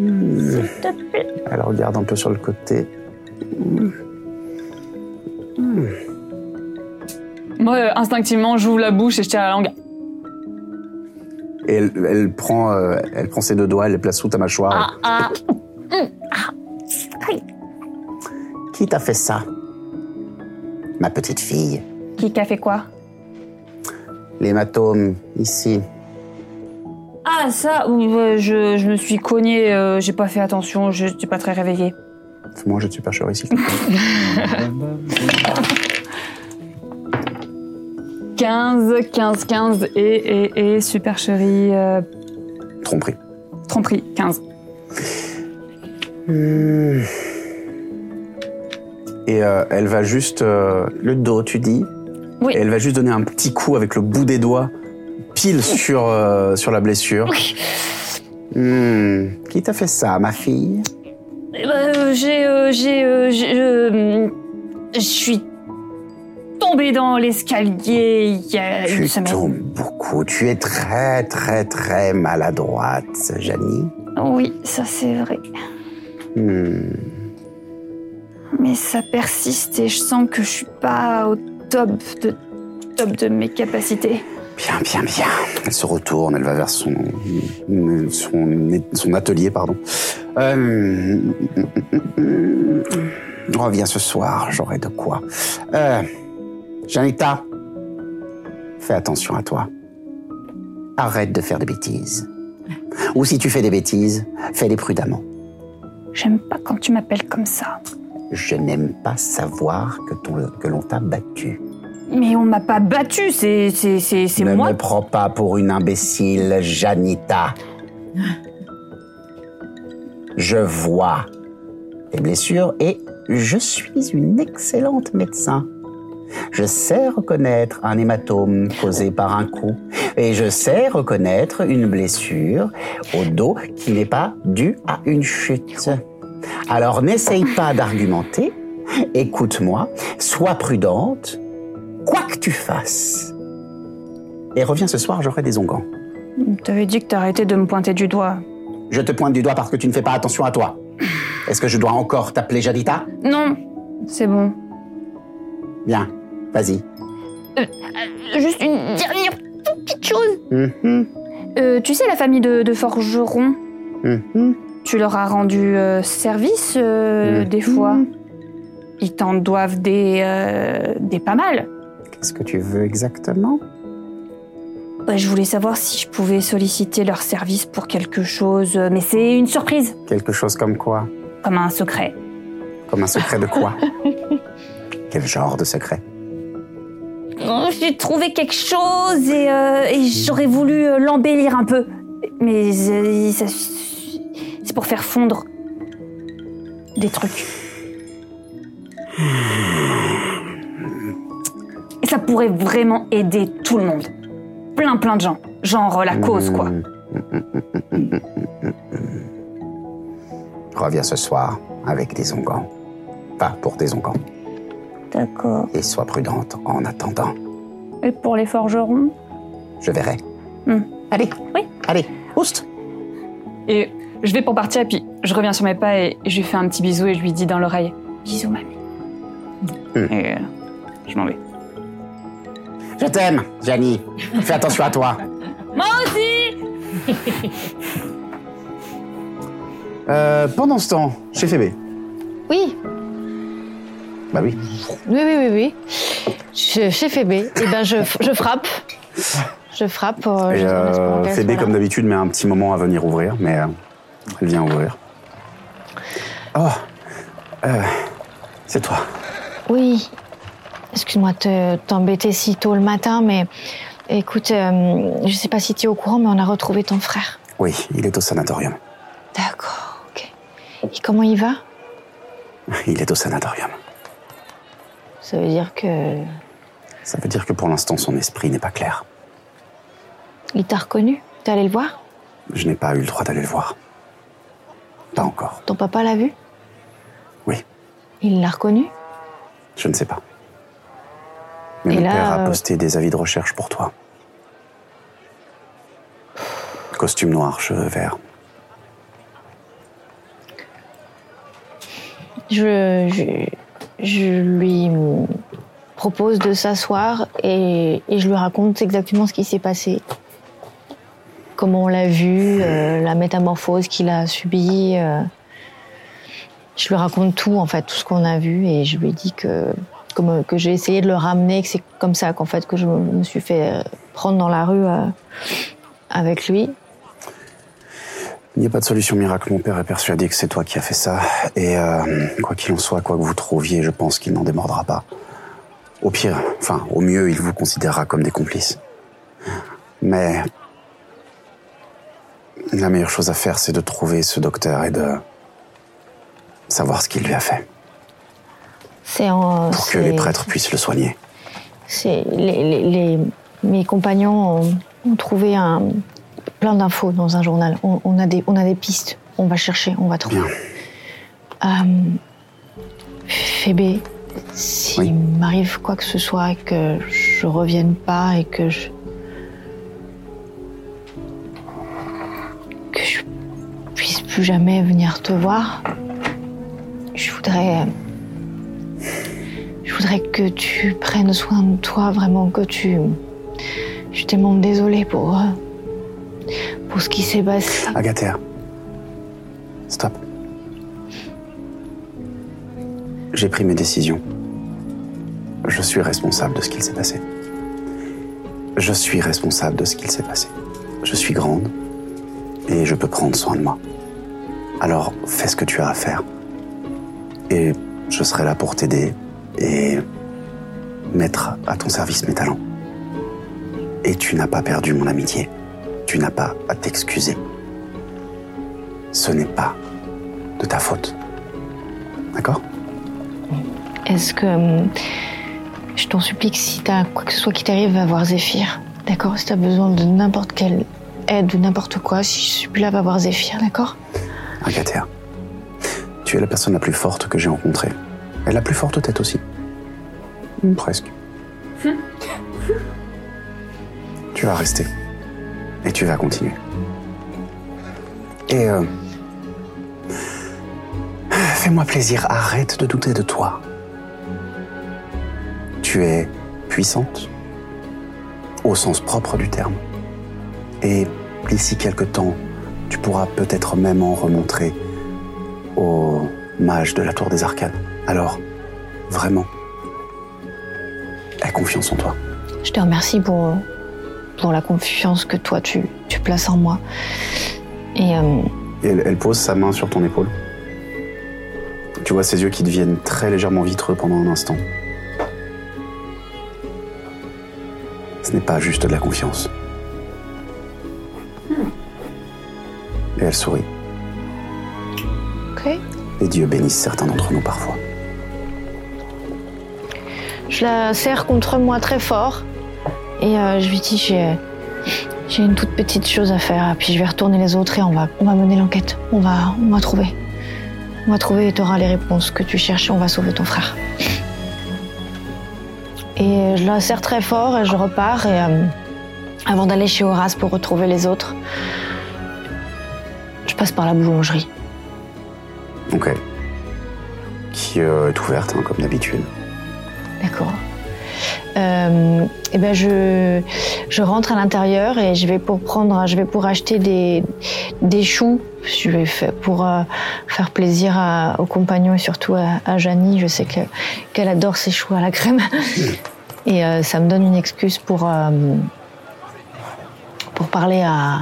Elle regarde un peu sur le côté. Moi, euh, instinctivement, j'ouvre la bouche et je tire la langue. Et elle, elle prend, euh, elle prend ses deux doigts, elle les place sous ta mâchoire. Ah, Qui t'a fait ça Ma petite fille. Qui qui a fait quoi L'hématome, ici. ah ça, oui, euh, je, je me suis cognée, euh, j'ai pas fait attention, je n'étais pas très réveillée. Moi, je suis pas sûr ici. 15, 15, 15 et, et, et supercherie, euh, Tromperie. tromperie, 15. Et euh, elle va juste... euh, le dos, tu dis Oui. Et elle va juste donner un petit coup avec le bout des doigts, pile sur, euh, sur la blessure. Hmm, Qui t'a fait ça, ma fille Eh ben, euh, j'ai, euh, j'ai, euh, j'ai- euh, je suis tombée dans l'escalier il y a une Tu semaine. tombes beaucoup. Tu es très, très, très maladroite, Janie. Oui, ça c'est vrai. Hmm. Mais ça persiste et je sens que je suis pas au top de, top de mes capacités. Bien, bien, bien. Elle se retourne, elle va vers son, son, son atelier, pardon. Euh, reviens ce soir, j'aurai de quoi. Euh, Janita, fais attention à toi. Arrête de faire des bêtises. Ou si tu fais des bêtises, fais-les prudemment. J'aime pas quand tu m'appelles comme ça. Je n'aime pas savoir que, ton- que l'on t'a battu. Mais on m'a pas battue, c'est, c'est, c'est, c'est ne moi. me prends pas pour une imbécile, Janita. Je vois tes blessures et je suis une excellente médecin. Je sais reconnaître un hématome causé par un coup et je sais reconnaître une blessure au dos qui n'est pas due à une chute. Alors n'essaye pas d'argumenter, écoute-moi, sois prudente, quoi que tu fasses. Et reviens ce soir, j'aurai des onguents. T'avais dit que t'arrêtais de me pointer du doigt. Je te pointe du doigt parce que tu ne fais pas attention à toi. Est-ce que je dois encore t'appeler Jadita Non, c'est bon. Bien, vas-y. Juste une dernière toute petite chose. Mhm. Euh, tu sais, la famille de, de forgerons, Mhm. tu leur as rendu euh, service euh, des fois. Ils t'en doivent des, euh, des pas mal. Qu'est-ce que tu veux exactement Ouais, je voulais savoir si je pouvais solliciter leur service pour quelque chose, euh, mais c'est une surprise, Quelque chose comme quoi comme un secret. Comme un secret de quoi Quel genre de secret Oh, J'ai trouvé quelque chose et, euh, et j'aurais voulu euh, l'embellir un peu, mais euh, ça- c'est pour faire fondre des trucs. Et ça pourrait vraiment aider tout le monde, plein plein de gens, genre euh, la cause quoi. Mhm, mhm. Reviens ce soir avec des onguents. Pas pour des onguents. D'accord. Et sois prudente en attendant. Et pour les forgerons Je verrai. Allez. Hmm. Oui. Allez, oust Et je vais pour partir, et puis je reviens sur mes pas et je lui fais un petit bisou et je lui dis dans l'oreille Bisous, mamie. Et euh, je m'en vais. Je t'aime, Janie. Fais attention à toi. Moi aussi Euh, pendant ce temps, chez Fébé. Oui, Bah oui. Oui, oui, oui, oui. Je, chez Fébé, eh ben je, je frappe. Je frappe. euh, Et je traverse euh, par la case, Fébé, voilà. comme d'habitude, met un petit moment à venir ouvrir, mais euh, elle vient ouvrir. Ah, Oh, euh, c'est toi. Oui. excuse-moi de te- t'embêter si tôt le matin, mais écoute, euh, je sais pas si tu es au courant, mais on a retrouvé ton frère. Oui, il est au sanatorium. D'accord, ok. Et comment il va Il est au sanatorium. Ça veut dire que Ça veut dire que pour l'instant, son esprit n'est pas clair. il t'a reconnu T'es allé le voir Je n'ai pas eu le droit d'aller le voir. Pas encore. Ton papa l'a vu Oui. Il l'a reconnu Je ne sais pas. Mais Et mon là, père a euh, posté des avis de recherche pour toi. Costume noir, cheveux verts. Je, je, je lui propose de s'asseoir et, et je lui raconte exactement ce qui s'est passé. Comment on l'a vu, euh, la métamorphose qu'il a subie. euh. je lui raconte tout, en fait, tout ce qu'on a vu et je lui dis que, comme, que j'ai essayé de le ramener, que c'est comme ça qu'en fait que je me suis fait euh, prendre dans la rue euh, avec lui. Il n'y a pas de solution miracle. Mon père est persuadé que c'est toi qui as fait ça. Et euh, quoi qu'il en soit, quoi que vous trouviez, je pense qu'il n'en démordra pas. Au pire, enfin, au mieux, il vous considérera comme des complices. Mais la meilleure chose à faire, c'est de trouver ce docteur et de savoir ce qu'il lui a fait, C'est en, pour que les c'est- prêtres puissent le soigner. C'est les, les- les- mes compagnons ont, ont trouvé un, plein d'infos dans un journal. On, on a des, on a des pistes. On va chercher, on va trouver. Euh, Phébé, s'il m'arrive quoi que ce soit et que je revienne pas et que je. que je puisse plus jamais venir te voir, je voudrais. Je voudrais que tu prennes soin de toi, vraiment que tu. Je suis tellement désolée pour. euh, pour ce qui s'est passé. Agather, stop. J'ai pris mes décisions. Je suis responsable de ce qu'il s'est passé. Je suis responsable de ce qu'il s'est passé. Je suis grande et je peux prendre soin de moi. Alors fais ce que tu as à faire. Et je serai là pour t'aider et mettre à ton service mes talents. Et tu n'as pas perdu mon amitié. Tu n'as pas à t'excuser. Ce n'est pas de ta faute. D'accord Est-ce que. hum, Je t'en supplie que si t'as quoi que ce soit qui t'arrive, va voir Zéphyr. D'accord Si t'as besoin de n'importe quelle aide ou n'importe quoi, si je suis plus là, va voir Zéphyr, d'accord Agathea, tu es la personne la plus forte que j'ai rencontrée. Et la plus forte tête aussi. Presque. tu vas rester. Et tu vas continuer. Et... euh, Fais-moi plaisir, arrête de douter de toi. Tu es puissante, au sens propre du terme. Et d'ici quelque temps, tu pourras peut-être même en remontrer au mage de la tour des arcades. Alors, vraiment, aie confiance en toi. Je te remercie pour, pour la confiance que toi tu, tu places en moi. Et. hum, Et elle, elle pose sa main sur ton épaule. Tu vois ses yeux qui deviennent très légèrement vitreux pendant un instant. Ce n'est pas juste de la confiance. Et elle sourit. Ok. Et Dieu bénisse certains d'entre nous parfois. Je la serre contre moi très fort et euh, je lui dis j'ai j'ai une toute petite chose à faire puis je vais retourner les autres et on va on va mener l'enquête. On va on va trouver. On va trouver et tu auras les réponses que tu cherches et on va sauver ton frère. Et je la serre très fort et je repars et euh, avant d'aller chez Horace pour retrouver les autres, je passe par la boulangerie. Ok. Qui euh, est ouverte, hein, comme d'habitude. D'accord. Euh, et ben je, je rentre à l'intérieur et je vais pour prendre, je vais pour acheter des, des choux. Je vais fa- pour euh, faire plaisir à- aux compagnons et surtout à, à Janie. Je sais que qu'elle adore ses choux à la crème. Et euh, ça me donne une excuse pour euh, pour parler à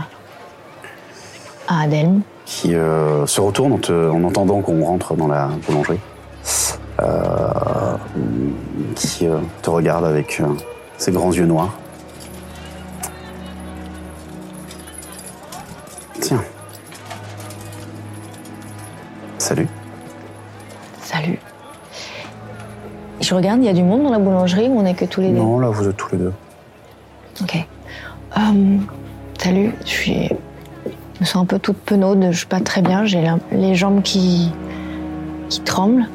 à Adelme. qui euh, se retourne en, te- en entendant qu'on rentre dans la boulangerie. Euh, qui euh, te regarde avec euh, ses grands yeux noirs. Tiens. Salut. Salut. Je regarde, il y a du monde dans la boulangerie ou on est que tous les deux Non, là, vous êtes tous les deux. Ok. Euh, salut, je suis. Je me sens un peu toute penaude, je suis pas très bien, j'ai la- les jambes qui. qui tremblent.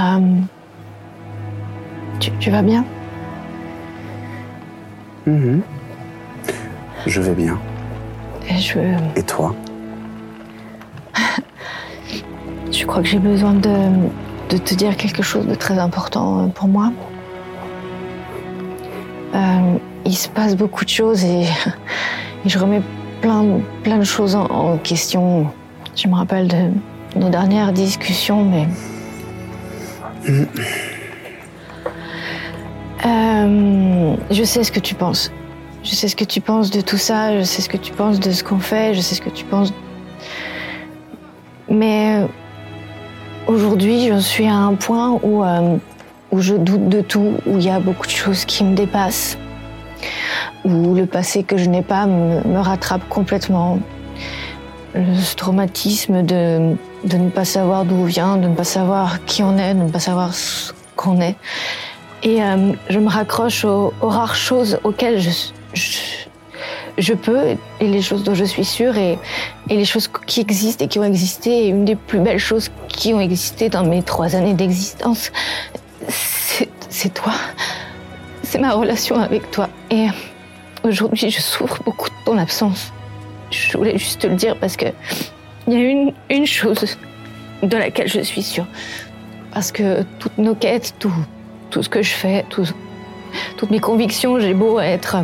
Euh, tu, tu vas bien Mhm. Je vais bien. Et Je. Et toi Je crois que j'ai besoin de, de te dire quelque chose de très important euh, pour moi. Euh, il se passe beaucoup de choses et, et je remets plein, plein de choses en, en question. Je me rappelle de nos dernières discussions, mais... Euh, je sais ce que tu penses. Je sais ce que tu penses de tout ça, je sais ce que tu penses de ce qu'on fait, je sais ce que tu penses... Mais euh, aujourd'hui, je suis à un point où, euh, où je doute de tout, où il y a beaucoup de choses qui me dépassent, où le passé que je n'ai pas me, me rattrape complètement. Le ce traumatisme de, de ne pas savoir d'où on vient, de ne pas savoir qui on est, de ne pas savoir ce qu'on est. Et euh, je me raccroche aux, aux rares choses auxquelles je, je, je peux, et les choses dont je suis sûre, et, et les choses qui existent et qui ont existé. Et une des plus belles choses qui ont existé dans mes trois années d'existence, c'est c'est toi. C'est ma relation avec toi. Et euh, aujourd'hui, je souffre beaucoup de ton absence. Je voulais juste te le dire parce que il y a une, une chose de laquelle je suis sûre. Parce que toutes nos quêtes, tout, tout ce que je fais, tout- toutes mes convictions, j'ai beau être. euh,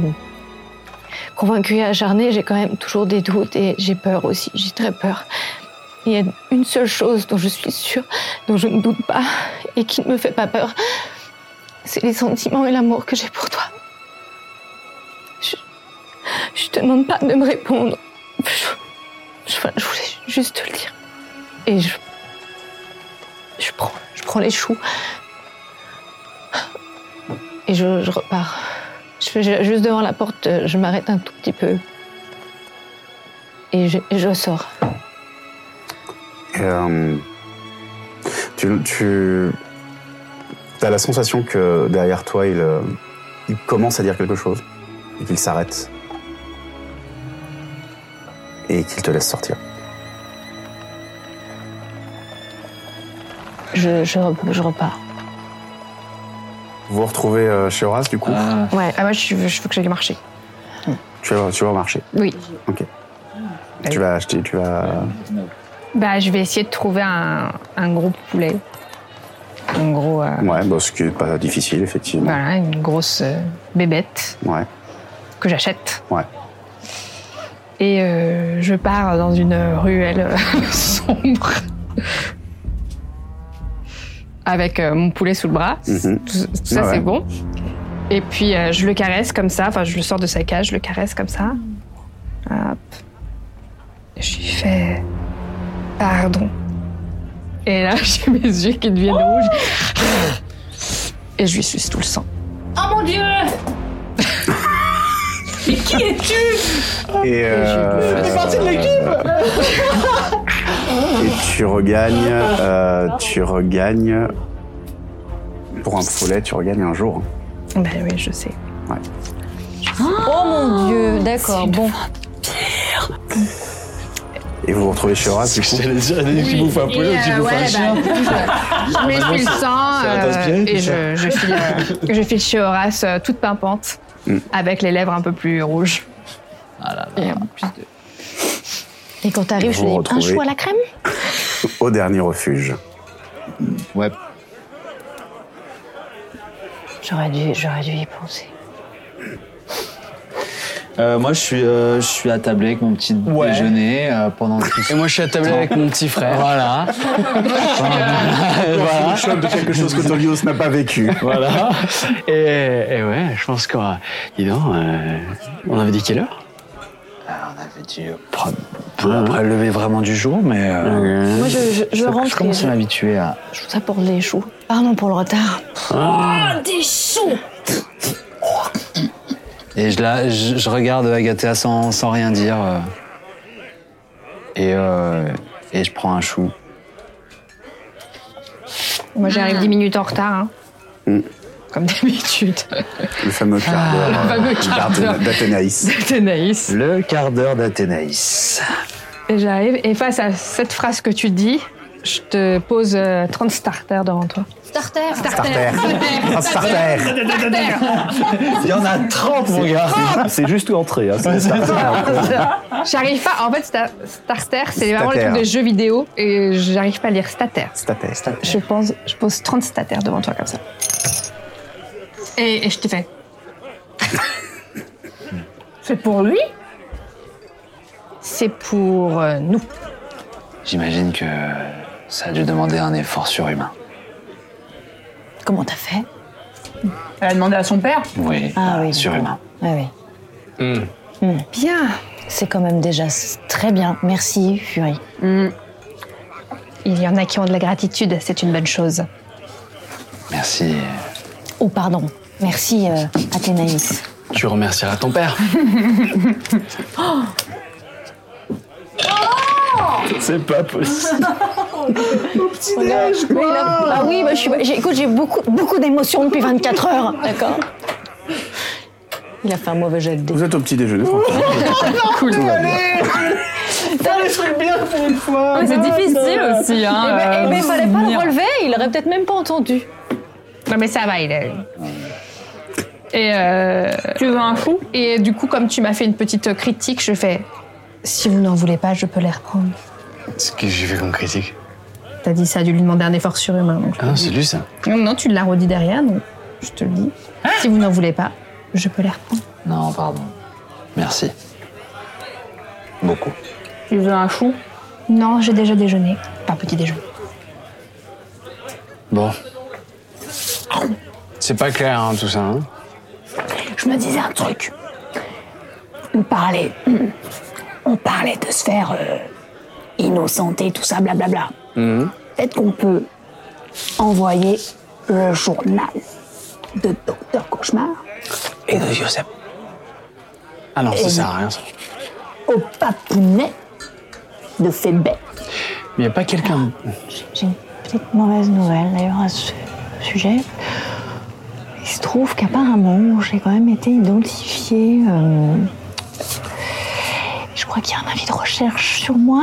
convaincue et acharnée, j'ai quand même toujours des doutes et j'ai peur aussi, j'ai très peur. Il y a une seule chose dont je suis sûre, dont je ne doute pas et qui ne me fait pas peur, c'est les sentiments et l'amour que j'ai pour toi. Je, je te demande pas de me répondre. Je, je- voilà, je voulais juste te le dire. Et je, je prends, je prends les choux et je, je repars. Je fais ju- juste devant la porte, euh, je m'arrête un tout petit peu. Et je, et je sors. Euh, tu, tu as la sensation que derrière toi, il, euh, il commence à dire quelque chose et qu'il s'arrête et qu'il te laisse sortir. Je, je, re- je repars. Vous vous retrouvez euh, chez Horace, du coup Ouais, ah, moi, je, veux- je veux que j'aille marcher. tu, vas, tu vas au marché. Oui. Ok. Tu vas acheter, tu vas. Bah, je vais essayer de trouver un, un gros poulet. Un gros. euh, Ouais, bah, ce qui n'est pas difficile, effectivement. Voilà, une grosse euh, bébête Ouais, que j'achète. ouais. Et euh, je pars dans une ruelle euh, sombre. Avec euh, mon poulet sous le bras. Tout, tout ça, Ah ouais. c'est bon. Et puis, euh, je le caresse comme ça. Enfin, je le sors de sa cage, je le caresse comme ça. Hop. Je lui fais. Pardon. Et là, j'ai mes yeux qui deviennent rouges. Et je lui suce tout le sang. Oh mon dieu Mais qui es-tu Et, euh, Je fais partie de l'équipe Et tu regagnes, euh, tu regagnes. Pour un follet, tu regagnes un jour. Ben oui, je sais. Ouais. Oh mon dieu, d'accord, bon. Et vous vous retrouvez chez Horace, du coup. qui bouffe un poulet, qui bouffe un chien. euh, ben, Je mets maintenant, le c'est- sang c'est la tasse euh, pied, et tout ça. je, je, file, euh, je file chez Horace euh, toute pimpante, avec les lèvres un peu plus rouges. Et, euh, Et quand t'arrives, je te Vous dis un retrouvez- chou à la crème Au dernier refuge. Ouais. J'aurais dû, j'aurais dû y penser. Euh, moi, je suis, euh, je suis attablé avec mon petit déjeuner euh, pendant tout Et moi, je suis attablé avec mon petit frère. Voilà. Voilà. choc de quelque chose que Tolios n'a pas vécu. Voilà. Et, et ouais, je pense qu'on. Dis donc, euh, on avait dit quelle heure On avait Ah, dit euh, pro- peu après le lever vraiment du jour, mais. euh, Moi, je- je- je ça- rentre Je commence et- à m'habituer à. Je trouve ça pour les choux. Pardon pour le retard. Ah. des choux Et je, la, je, je regarde Agathea sans, sans rien dire. euh, et, euh, et je prends un chou. Moi, j'arrive 10 minutes en retard. hein. Comme d'habitude. Le fameux quart d'heure. euh, Le fameux quart d'heure. d'Athénaïs. D'Athénaïs. Le quart d'heure d'Athénaïs. Et j'arrive, et face à cette phrase que tu dis, je te pose euh, 30 starters devant toi. Starter Starter. Un starter. Il y en a 30, mon gars. Ah, C'est juste l'entrée. Hein. c'est ça. J'arrive pas, en fait, sta- starter, c'est vraiment le Stater. truc de jeux vidéo, et j'arrive pas à lire stater. Je, pense, je pose 30 stater devant toi comme ça. Et, et je t'ai fait. c'est pour lui C'est pour euh, nous. J'imagine que ça a dû demander un effort surhumain. Comment t'as fait Elle a demandé à son père. Oui, Ah oui. surhumain. Ah oui. Hmm. Bien. C'est quand même déjà s- très bien. Merci, Fury. Il y en a qui ont de la gratitude, c'est une bonne chose. Merci. Oh, pardon. Merci, euh, Athénaïs. Tu remercieras ton père. Oh, C'est pas possible. Au petit-déj, Mais il a- quoi Ah oui, bah, je suis... j'ai- écoute, j'ai beaucoup, beaucoup d'émotions depuis 24 heures. D'accord Il a fait un mauvais jet de dés. Vous êtes au petit déjeuner, franchement. Cool. tout va bien. Fais les trucs bien pour une Ah, fois. Ouais, c'est mince. difficile aussi, hein, Eh ben, eh euh, ben, de fallait pas le souvenir. relever, il aurait peut-être même pas entendu. Non mais ça va, il est... Et tu veux un fou Et du coup, comme tu m'as fait une petite critique, je fais si vous n'en voulez pas, je peux les reprendre. Ce que j'ai fait comme critique. T'as dit ça, dû lui demander un effort surhumain. donc je Ah le non, dis. c'est lui ça. Non, non, tu l'as redit derrière, donc je te le dis. si vous n'en voulez pas, je peux les reprendre. Non, pardon. Merci. Beaucoup. Tu veux un fou Non, j'ai déjà déjeuné. Pas petit déjeuner. Bon. C'est pas clair hein, tout ça. hein. Je me disais un truc. On parlait. On parlait de se faire euh, innocenter, tout ça, blablabla. Mhm. Peut-être qu'on peut envoyer le journal de Docteur Cauchemar Et de Joseph. Ah non, ça sert à rien ça. au papounet de Fébet. Mais y a pas quelqu'un. J'ai une petite mauvaise nouvelle d'ailleurs à ce sujet. Il se trouve qu'apparemment, j'ai quand même été identifiée. euh, je crois qu'il y a un avis de recherche sur moi,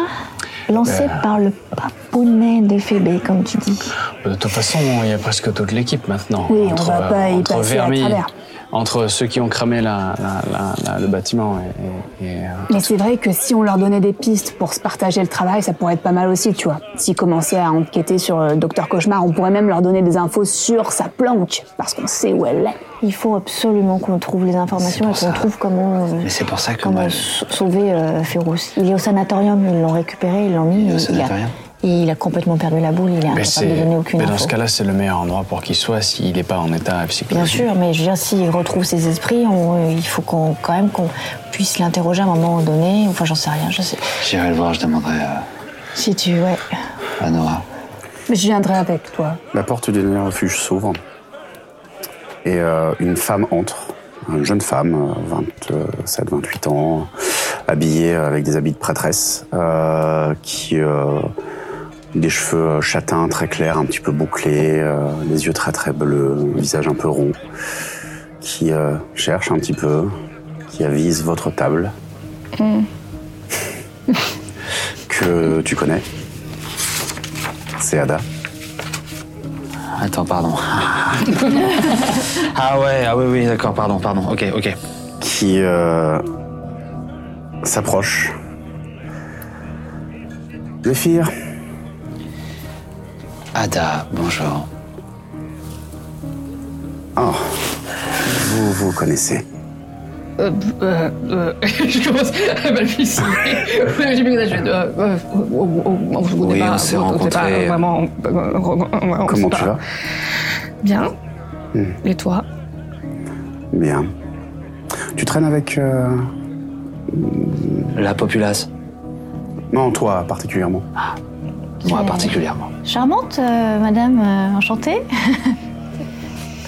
lancé Euh. par le papounet de Phébé, comme tu dis. De toute façon, il y a presque toute l'équipe maintenant. Oui, on va pas y entre passer à Vermeil, travers. entre ceux qui ont cramé la- la- la- la- le bâtiment et. et- et, euh, Mais c'est vrai que si on leur donnait des pistes pour se partager le travail, ça pourrait être pas mal aussi, tu vois. S'ils commençaient à enquêter sur le docteur Cauchemar, on pourrait même leur donner des infos sur sa planque, parce qu'on sait où elle est. Il faut absolument qu'on trouve les informations et qu'on trouve comment. euh, Mais c'est pour ça que comment moi, s- sauver euh, Féroce. Il est au sanatorium, ils l'ont récupéré, ils l'ont mis. Il est au et a- sanatorium et il a complètement perdu la boule, il est Mais c'est- incapable de donner aucune mais dans info. ce cas-là, c'est le meilleur endroit pour qu'il soit s'il n'est pas en état Bien psychologique. sûr, mais je veux dire, s'il retrouve ses esprits, on- euh, il faut qu'on, quand même qu'on puisse l'interroger à un moment donné. Enfin, j'en sais rien, je sais. j'irai le voir, je demanderai euh, Si tu. Ouais. à Nora. Mais je viendrai avec toi. La porte du dernier refuge s'ouvre et euh, une femme entre, une jeune femme, 27-28 ans, habillée avec des habits de prêtresse, euh, qui euh, des cheveux euh, châtains très clairs, un petit peu bouclés, euh, des yeux très très bleus, un visage un peu rond, qui euh, cherche un petit peu, qui avise votre table que tu connais. C'est Ada. Attends, pardon. ah ouais, ah oui, oui, d'accord, pardon, pardon. Ok, ok. qui euh, s'approche. Zéphyr, Ada, bonjour. oh, vous vous connaissez. Euh, euh, euh, je commence à balbutier. Ouais, J'ai vu que je vais. euh, euh, on- on- on se connaît Oui, pas, on s'est on- on sait pas, rencontrés. euh, Vraiment, on- on- on- on- Comment on- tu vas Bien. Hmm. Et toi Bien. Tu traînes avec euh, La populace. Non, toi particulièrement. Moi particulièrement. Charmante, euh, madame, euh, enchantée.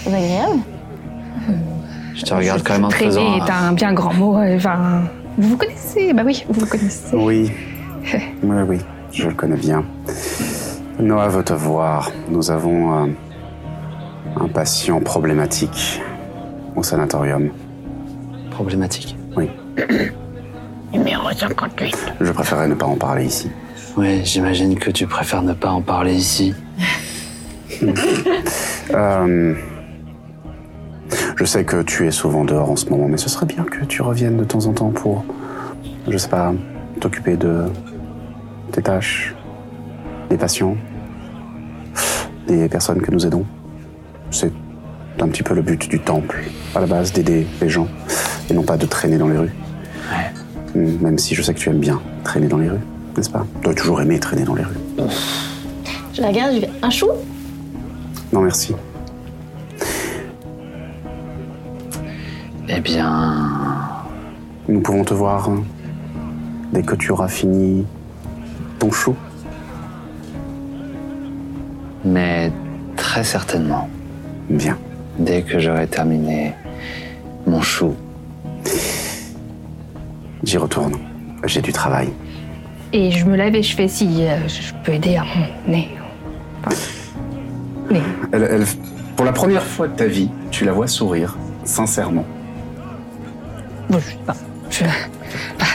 Très agréable. Je te regarde quand même en hein. te faisant. Traîner est un bien grand mot. euh, Enfin, vous vous connaissez Bah oui, vous vous connaissez. Oui. Oui, oui, je le connais bien. Noah veut te voir. Nous avons euh, un patient problématique au sanatorium. euh, Problématique Oui. Numéro 58. Je préférerais ne pas en parler ici. Oui, j'imagine que tu préfères ne pas en parler ici. Euh, je sais que tu es souvent dehors en ce moment, mais ce serait bien que tu reviennes de temps en temps pour, je sais pas, t'occuper de tes tâches, des patients, des personnes que nous aidons. C'est un petit peu le but du temple, à la base, d'aider les gens et non pas de traîner dans les rues. Mm, Même si je sais que tu aimes bien traîner dans les rues, n'est-ce pas Tu dois toujours aimer traîner dans les rues. Je la regarde, je fais un chou Non, merci. Eh bien. Nous pouvons te voir euh, dès que tu auras fini ton show. Mais très certainement. Bien. Dès que j'aurai terminé mon chou. J'y retourne. J'ai du travail. Et je me lève et je fais si euh, je peux aider à mon nez. Elle, elle- pour la première fois de ta vie, tu la vois sourire, sincèrement. Bon, je, bah, je- bah,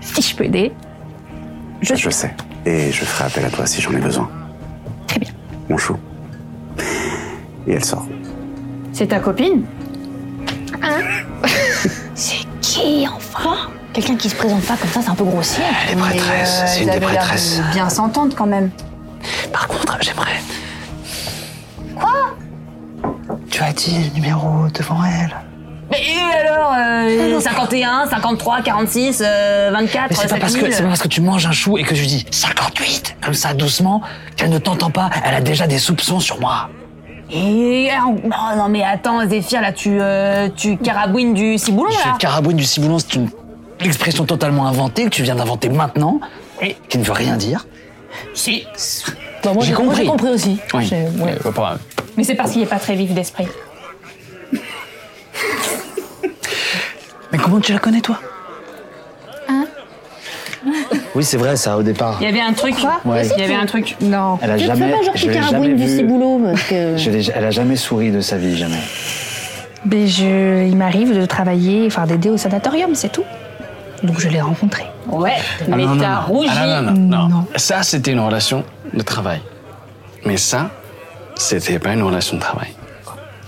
si je peux aider. Je, sais. Et je ferai appel à toi si j'en ai besoin. Très bien. Mon chou. Et elle sort. C'est ta copine C'est qui, enfin Quelqu'un qui se présente pas comme ça, c'est un peu grossier. Elle est prêtresse, euh, c'est une des prêtresses. bien s'entendre quand même. Par contre, j'aimerais. Quoi Tu as dit le numéro devant elle. Mais et alors Ah euh, 51, 53, 46, euh, 24, Mais c'est pas, parce que, 7000. c'est pas parce que tu manges un chou et que je lui dis 58 comme ça doucement qu'elle ne t'entend pas, elle a déjà des soupçons sur moi. Et oh, non mais attends Zéphir là tu euh, tu carabouines du ciboulon là. Le carabouine du ciboulon, c'est une expression totalement inventée que tu viens d'inventer maintenant et qui ne veut rien dire. Si. moi, J'ai j'ai- moi, j'ai compris. compris aussi. Oui. Mais pas grave. Mais c'est parce qu'il est pas très vif d'esprit. Mais comment tu la connais toi Oui, c'est vrai ça au départ. Il y avait un truc. Ouais. Il y avait un truc. Non. Elle a Je ne jamais, pas genre je qui l'ai carabouine jamais du vue. ciboulot, parce que... Je l'ai- elle a jamais souri de sa vie, Oh, jamais. Mais Ben, je, il m'arrive de travailler, enfin d'aider au sanatorium, c'est tout. Donc je l'ai rencontré. Mm, Ouais. Ah mais non, non, t'as non. rougi. Ah non, non, non, non. Ça, c'était une relation de travail. Mais ça, c'était pas une relation de travail.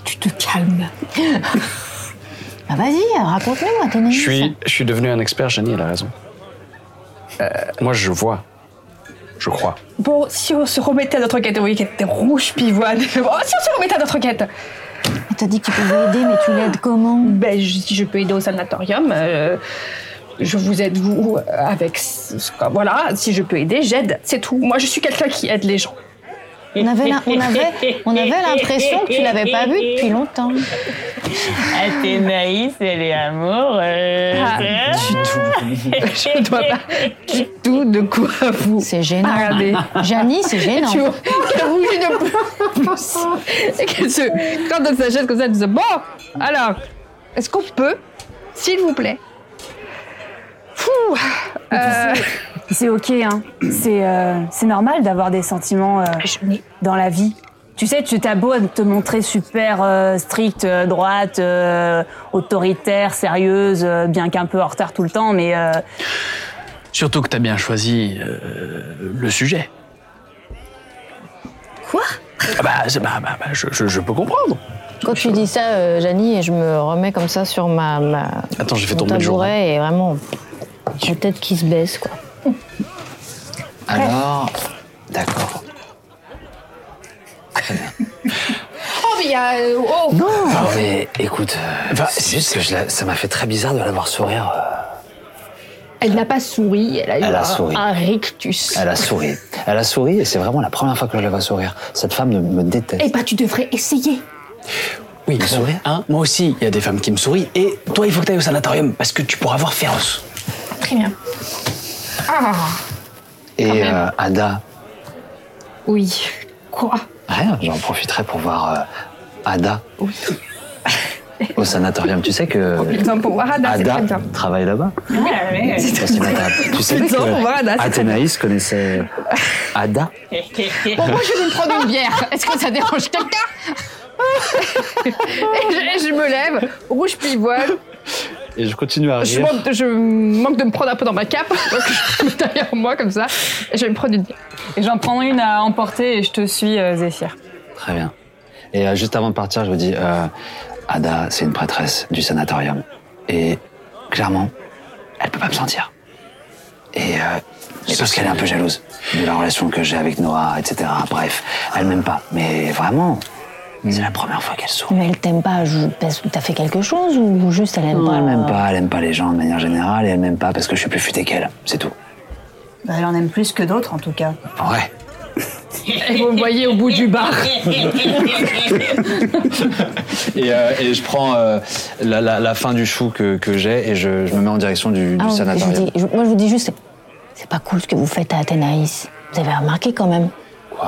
Tu te calmes. bah vas-y, raconte-nous, Athénaïs. Je suis, je suis devenu un expert, Jenny, elle a raison. Euh, moi, je vois. Je crois. Bon, si on se remettait à notre enquête, oui, qui était rouge pivoine. Bon, si on se remettait à notre enquête. T'as dit que tu pouvais aider, mais tu l'aides comment Ben, je, si je peux aider au sanatorium, euh, je vous aide, vous, euh, avec. ce- ce- Voilà, si je peux aider, j'aide, c'est tout. Moi, je suis quelqu'un qui aide les gens. On avait, la- on avait, on avait l'impression que tu l'avais pas vu depuis longtemps. Athénaïs, elle est amoureuse. Ah, Je dois pas du tout de quoi vous. C'est gênant. Regardez. Janie, c'est gênant. Tu vois, qu'elle rougit de plus en plus. Et qu'elle se. Quand elle s'achète comme ça, elle se dit Bon, alors, est-ce qu'on peut, s'il vous plaît Fou euh, C'est ok, hein. C'est euh, c'est normal d'avoir des sentiments euh, dans la vie. Tu sais, tu t'as beau te montrer super euh, stricte, euh, droite, euh, autoritaire, sérieuse, euh, bien qu'un peu en retard tout le temps, mais euh, Surtout que t'as bien choisi euh, le sujet. Quoi Ah bah, c'est- bah, bah, bah, je, je- je peux comprendre. Quand tu dis ça, euh, Janie, et je me remets comme ça sur ma, ma Attends, j'ai fait mon tomber le journal. tabouret et vraiment, j'ai la tête qui se baisse quoi. Alors, d'accord. Oh, mais il y a. euh, Oh Ah. Non, mais écoute, euh, c'est juste que je la- ça m'a fait très bizarre de la voir sourire. euh, Elle n'a pas souri, elle a eu Elle a un, souri. un rictus. Elle a souri. Elle a souri et c'est vraiment la première fois que je la vois sourire. Cette femme ne- me déteste. Eh ben, tu devrais essayer. Oui, mais sourire. Hein, moi aussi, il y a des femmes qui me sourient. Et toi, il faut que t'ailles au sanatorium parce que tu pourras voir féroce. Très bien. Ah Et euh, Ada, Oui. Quoi rien, j'en profiterai pour voir euh, Ada au sanatorium. Tu sais que Oh, Putain, pour voir Ada, c'est Euh, Ada très bien. Ah, travaille là-bas C'est Parce qu'il m'a tapé. Tu sais Putain, pour voir Ada, que c'est très bien. Athénaïs connaissait Ada Bon, moi, je vais me prendre une bière. Est-ce que ça dérange quelqu'un Et je, je me lève, rouge puis voile. Et je continue à Je rire. manque, de, je manque de me prendre un peu dans ma cape, donc je me mets derrière moi comme ça. Et je vais me prendre une bière. Et j'en prends une à emporter et je te suis, euh, Zéphyr. Très bien. Et euh, juste avant de partir, je vous dis, euh, Ada, c'est une prêtresse du sanatorium. Et clairement, elle peut pas me sentir. Et, euh, et parce qu'elle est un peu jalouse de la relation que j'ai avec Noah, etc. Bref, elle m'aime pas. Mais vraiment, c'est la première fois qu'elle sourit. Mais elle t'aime pas je- parce que t'as fait quelque chose ou juste elle aime Non, pas Hmm. elle m'aime pas, elle aime pas les gens de manière générale, et elle m'aime pas parce que je suis plus futé qu'elle, c'est tout. Bah, elle en aime plus que d'autres, en tout cas. Ouais. Et vous me voyez au bout du bar. Et, euh, et je prends euh, la, la- la fin du chou que, que j'ai et je, je me mets en direction du, du Ah, je vous sanatorium. dis- je- moi, je vous dis juste, c'est- c'est pas cool ce que vous faites à Athénaïs. Vous avez remarqué quand même.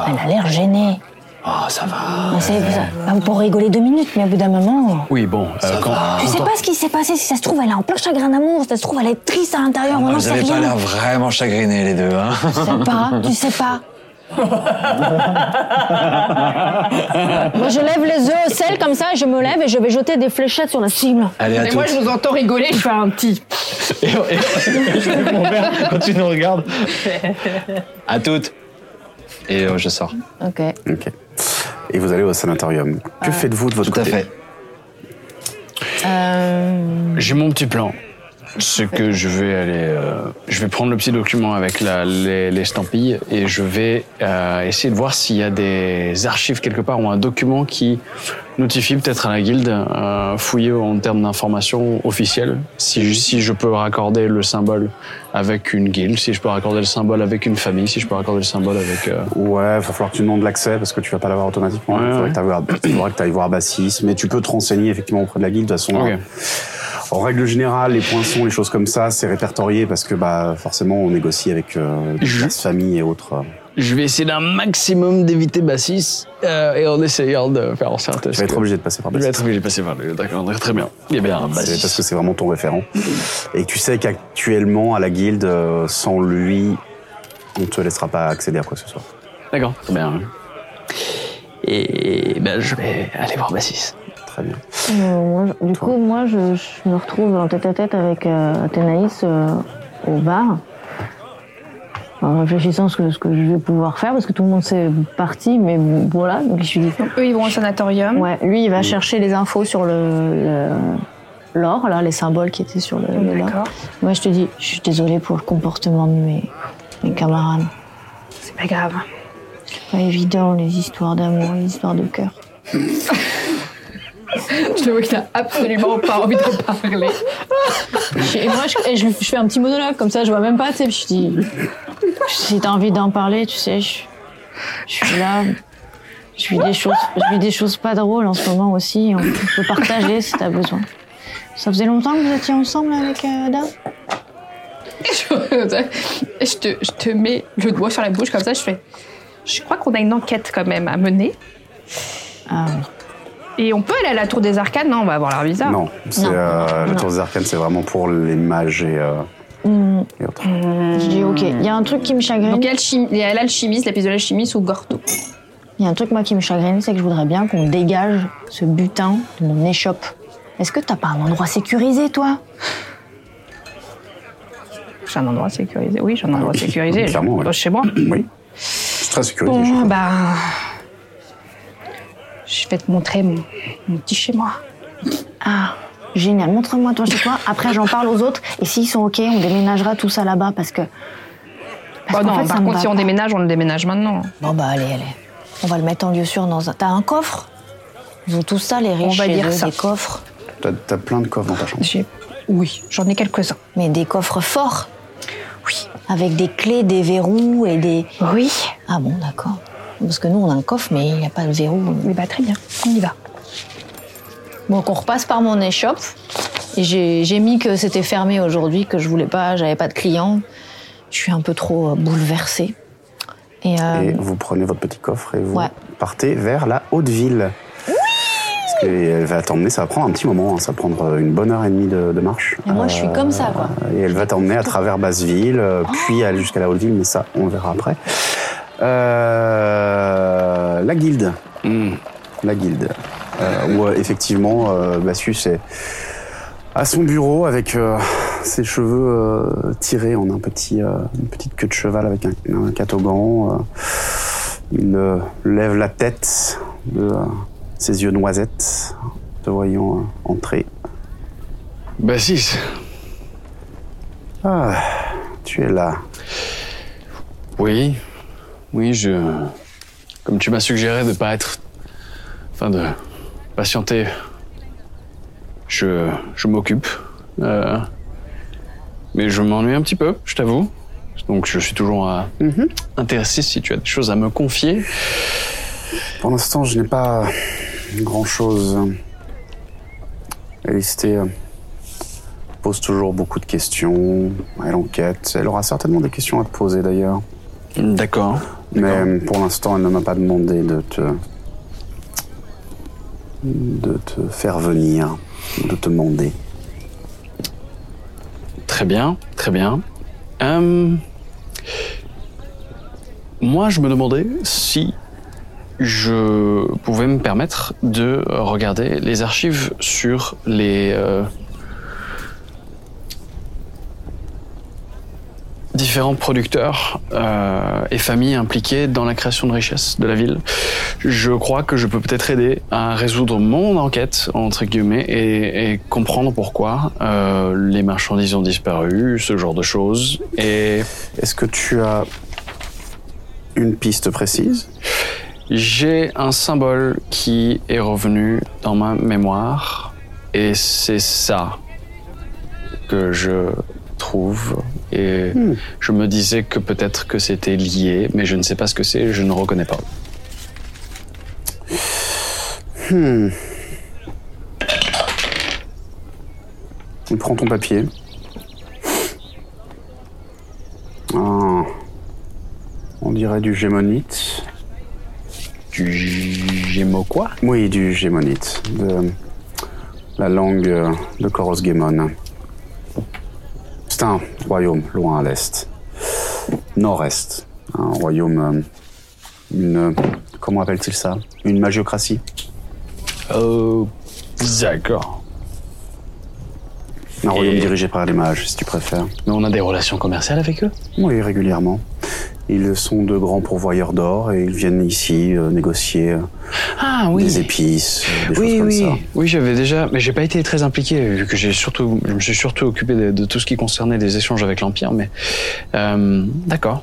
Elle a l'air gênée. Oh, ça va. Mais c'est- ça- bah, Vous pourrez rigoler deux minutes, mais au bout d'un moment. Oui, bon, euh, quand. Ah, Je sais pas ce qui s'est passé, si ça se trouve, elle est en plein chagrin d'amour, si ça se trouve, elle est triste à l'intérieur, on n'en Ah, Vous sait avez pas rien. l'air vraiment chagrinés les deux, hein Tu sais pas, tu sais pas. Moi, Moi, je lève les œufs au sel comme ça, je me lève et je vais jeter des fléchettes sur la cible. Allez, à Et moi, je vous entends rigoler, je fais un petit. Et, et- je dis, mon père, quand tu nous regardes. À toutes. Et euh, je sors. Ok. Ok. Et vous allez au sanatorium. Que faites-vous de votre côté Euh, J'ai mon petit plan. C'est que je vais aller, euh, je vais prendre le petit document avec la- les- l'estampille et je vais euh, essayer de voir s'il y a des archives quelque part ou un document qui notifie peut-être à la guilde, euh, fouiller en termes d'informations officielles, si, je- si je peux raccorder le symbole avec une guilde, si je peux raccorder le symbole avec une famille, si je peux raccorder le symbole avec... euh, Ouais, il va falloir que tu demandes l'accès parce que tu vas pas l'avoir automatiquement. Il Ouais, faudrait ouais. que t'ailles voir- il faudra que tu ailles voir Bassis, mais tu peux te renseigner effectivement auprès de la guilde. De toute façon, Ok. hein, en règle générale, les poinçons, les choses comme ça, c'est répertorié parce que bah forcément on négocie avec euh, diverses familles et autres. euh. Je vais essayer d'un maximum d'éviter Bassis euh, et en essayant de faire en sorte... Tu vas être obligé de passer par Bassis. Je vais être obligé de passer par lui, d'accord, très bien. Eh bien, C'est Bassis. parce que c'est vraiment ton référent. Et tu sais qu'actuellement à la guilde, euh, sans lui, on te laissera pas accéder à quoi que ce soit. D'accord, très bien. hein. Et ben, je vais aller voir Bassis. Très bien. Euh, moi, je- du coup, moi, je, je me retrouve en tête à tête avec euh, Athénaïs euh, au bar. En réfléchissant ce que, ce que je vais pouvoir faire, parce que tout le monde s'est parti, mais bon, voilà. Donc je suis Eux, ils vont au Mm. sanatorium. Ouais, lui, il va chercher les infos sur le. le- L'or, là, les symboles qui étaient sur le. le lore. Moi, je te dis, je suis désolée pour le comportement de mes, mes camarades. C'est pas grave. C'est pas évident, les histoires d'amour, les histoires de cœur. Je le vois qu'il n'a absolument pas envie de reparler. Et moi, je, et je- je fais un petit monologue, comme ça, je vois même pas, tu sais, puis je dis, si t'as envie d'en parler, tu sais, je, je suis là, je vis des choses, je vis des choses pas drôles en ce moment aussi, on peut partager si t'as besoin. Ça faisait longtemps que vous étiez ensemble avec euh, Ada Et euh, je, te, je te mets le doigt sur la bouche comme ça, je fais. Je crois qu'on a une enquête quand même à mener. Ah Et on peut aller à la tour des arcades Non, on va avoir l'air Ah. bizarre. Non, c'est euh, la Non. tour des arcanes, c'est vraiment pour les mages et. euh, Hmm. et autres. Je dis, ok, il y a un truc qui me chagrine. Donc, il y a l'alchim- il y a l'alchimiste, l'épisode de l'alchimiste ou Gorto. Il y a un truc, moi, qui me chagrine, c'est que je voudrais bien qu'on dégage ce butin de mon échoppe. Est-ce que t'as pas un endroit sécurisé, toi J'ai un endroit sécurisé. Oui, j'ai un endroit sécurisé. Clairement, Je- ouais. Chez moi. Oui. C'est très sécurisé. je Bon, crois. bah. Je vais te montrer mon, mon petit chez moi. Ah, génial. Montre-moi toi chez toi. Après, j'en parle aux autres. Et s'ils sont OK, on déménagera tout ça là-bas parce que. Bah qu'en non, fait, Oh ça par me contre, va si on pas. déménage, on le déménage maintenant. Bon, bah allez, allez. On va le mettre en lieu sûr dans un. T'as un coffre Ils ont tout ça, les riches. On va chez dire eux, ça. Des coffres. T'as- T'as plein de coffres dans ta chambre. Oui, j'en ai quelques-uns. Mais des coffres forts Oui. Avec des clés, des verrous et des. Oui. Ah bon, d'accord. Parce que nous, on a un coffre, mais il n'y a pas de verrou. Mais bah, très bien. On y va. Donc on repasse par mon échoppe. Et j'ai j'ai mis que c'était fermé aujourd'hui, que je voulais pas, j'avais pas de clients. Je suis un peu trop euh, bouleversée. Et, euh, Et vous prenez votre petit coffre et vous Ouais. partez vers la Haute-Ville. Parce qu'elle va t'emmener, ça va prendre un petit moment, hein, ça va prendre une bonne heure et demie de, de marche. Mais moi, je suis comme ça, quoi. euh, Et elle va t'emmener à travers Basseville, euh, puis aller jusqu'à la Haute-Ville, mais ça, on verra après. Euh, la guilde. La guilde. Euh, où, euh, effectivement, euh, Bassus est à son bureau avec euh, ses cheveux euh, tirés en un petit, euh, une petite queue de cheval avec un, un catogan. euh. il euh, lève la tête de euh, ses yeux noisettes, te voyant euh, entrer. Bassis. Ah, tu es là. Oui, oui, je. Comme tu m'as suggéré de pas être. Enfin, de patienter. Je, je m'occupe. euh, mais je m'ennuie un petit peu, je t'avoue. Donc je suis toujours euh, intéressé si tu as des choses à me confier. Pour l'instant, je n'ai pas grand chose. Elisté euh, pose toujours beaucoup de questions, elle enquête, elle aura certainement des questions à te poser d'ailleurs. D'accord. Mais euh, pour l'instant, elle ne m'a pas demandé de te. de te faire venir, de te demander. Très bien, très bien. Euh, moi, je me demandais si je pouvais me permettre de regarder les archives sur les euh, différents producteurs euh, et familles impliquées dans la création de richesses de la ville. Je crois que je peux peut-être aider à résoudre mon enquête, entre guillemets, et, et comprendre pourquoi euh, les marchandises ont disparu, ce genre de choses. Et est-ce que tu as une piste précise J'ai un symbole qui est revenu dans ma mémoire, et c'est ça que je trouve. Et Hmm. je me disais que peut-être que c'était lié, mais je ne sais pas ce que c'est, je ne reconnais pas. Hmm. Il prend ton papier. Ah. On dirait du gémonite. Du gémo quoi Oui, du gémonite. De la langue euh, de Koros Gemon. C'est un royaume loin à l'est. Nord-est. Un royaume. euh, Une. Comment appelle-t-il ça Une magiocratie Euh. D'accord. Un royaume dirigé par les mages, si tu préfères. Mais on a des relations commerciales avec eux Oui, régulièrement. Ils sont de grands pourvoyeurs d'or et ils viennent ici euh, négocier euh, Ah oui. des épices, euh, des choses oui, comme oui, ça. oui, j'avais déjà, mais j'ai pas été très impliqué vu que j'ai surtout, je me suis surtout occupé de, de tout ce qui concernait les échanges avec l'empire, mais euh, d'accord.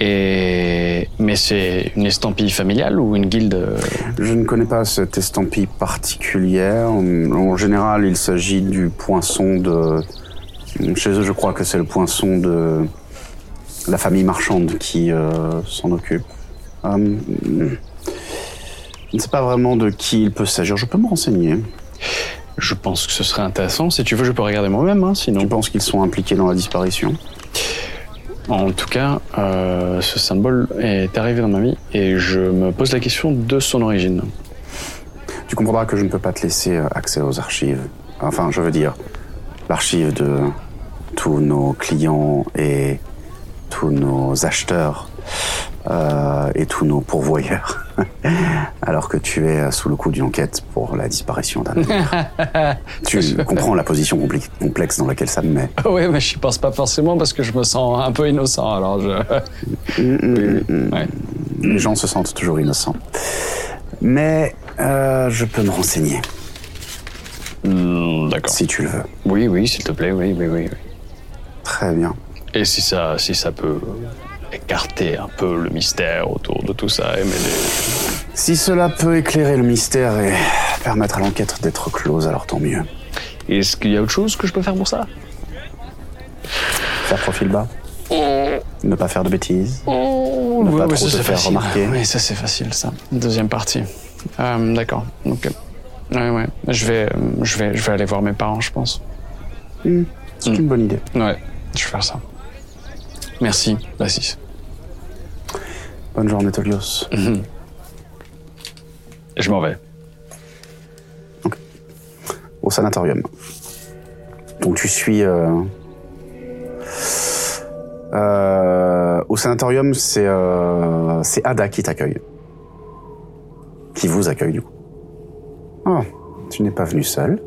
Et mais c'est une estampille familiale ou une guilde euh, Je ne connais pas cette estampille particulière. En, en général, il s'agit du poinçon de. Chez eux, je crois que c'est le poinçon de la famille marchande qui euh, s'en occupe. Hum, je ne sais pas vraiment de qui il peut s'agir. Je peux me renseigner. Je pense que ce serait intéressant. Si tu veux, je peux regarder moi-même, hein, sinon. Tu penses qu'ils sont impliqués dans la disparition En tout cas, euh, ce symbole est arrivé dans ma vie et je me pose la question de son origine. Tu comprendras que je ne peux pas te laisser euh, accès aux archives. Enfin, je veux dire, l'archive de tous nos clients et tous nos acheteurs euh, et tous nos pourvoyeurs. Alors que tu es euh, sous le coup d'une enquête pour la disparition d'un navire. tu comprends la position compli- complexe dans laquelle ça me met. Ouais, mais j'y pense pas forcément parce que je me sens un peu innocent. Alors je. Mm, Les gens se sentent toujours innocents. Mais euh, je peux me renseigner. Mm, D'accord. Si tu le veux. Oui, oui, s'il te plaît, oui, oui, oui. oui. Très bien. Et si ça, si ça peut écarter un peu le mystère autour de tout ça, et mêler- Si cela peut éclairer le mystère et permettre à l'enquête d'être close, alors tant mieux. Est-ce qu'il y a autre chose que je peux faire pour ça Faire profil bas. Ne pas faire de bêtises. Ne pas Ouais, trop ouais, Oh, ça, te c'est faire facile. remarquer. Oui, ça c'est facile, ça. Deuxième partie. Euh, D'accord. Ok. Ouais, ouais. Je vais, euh, je vais, je vais aller voir mes parents, je pense. Hmm, C'est une bonne idée. Ouais. Je vais faire ça. Merci, la 6. Bonne journée, Tolios. Je m'en vais. Au sanatorium. Donc tu suis... euh, euh, au sanatorium, c'est euh, c'est Ada qui t'accueille. Qui vous accueille, du coup. Oh, tu n'es pas venu seul.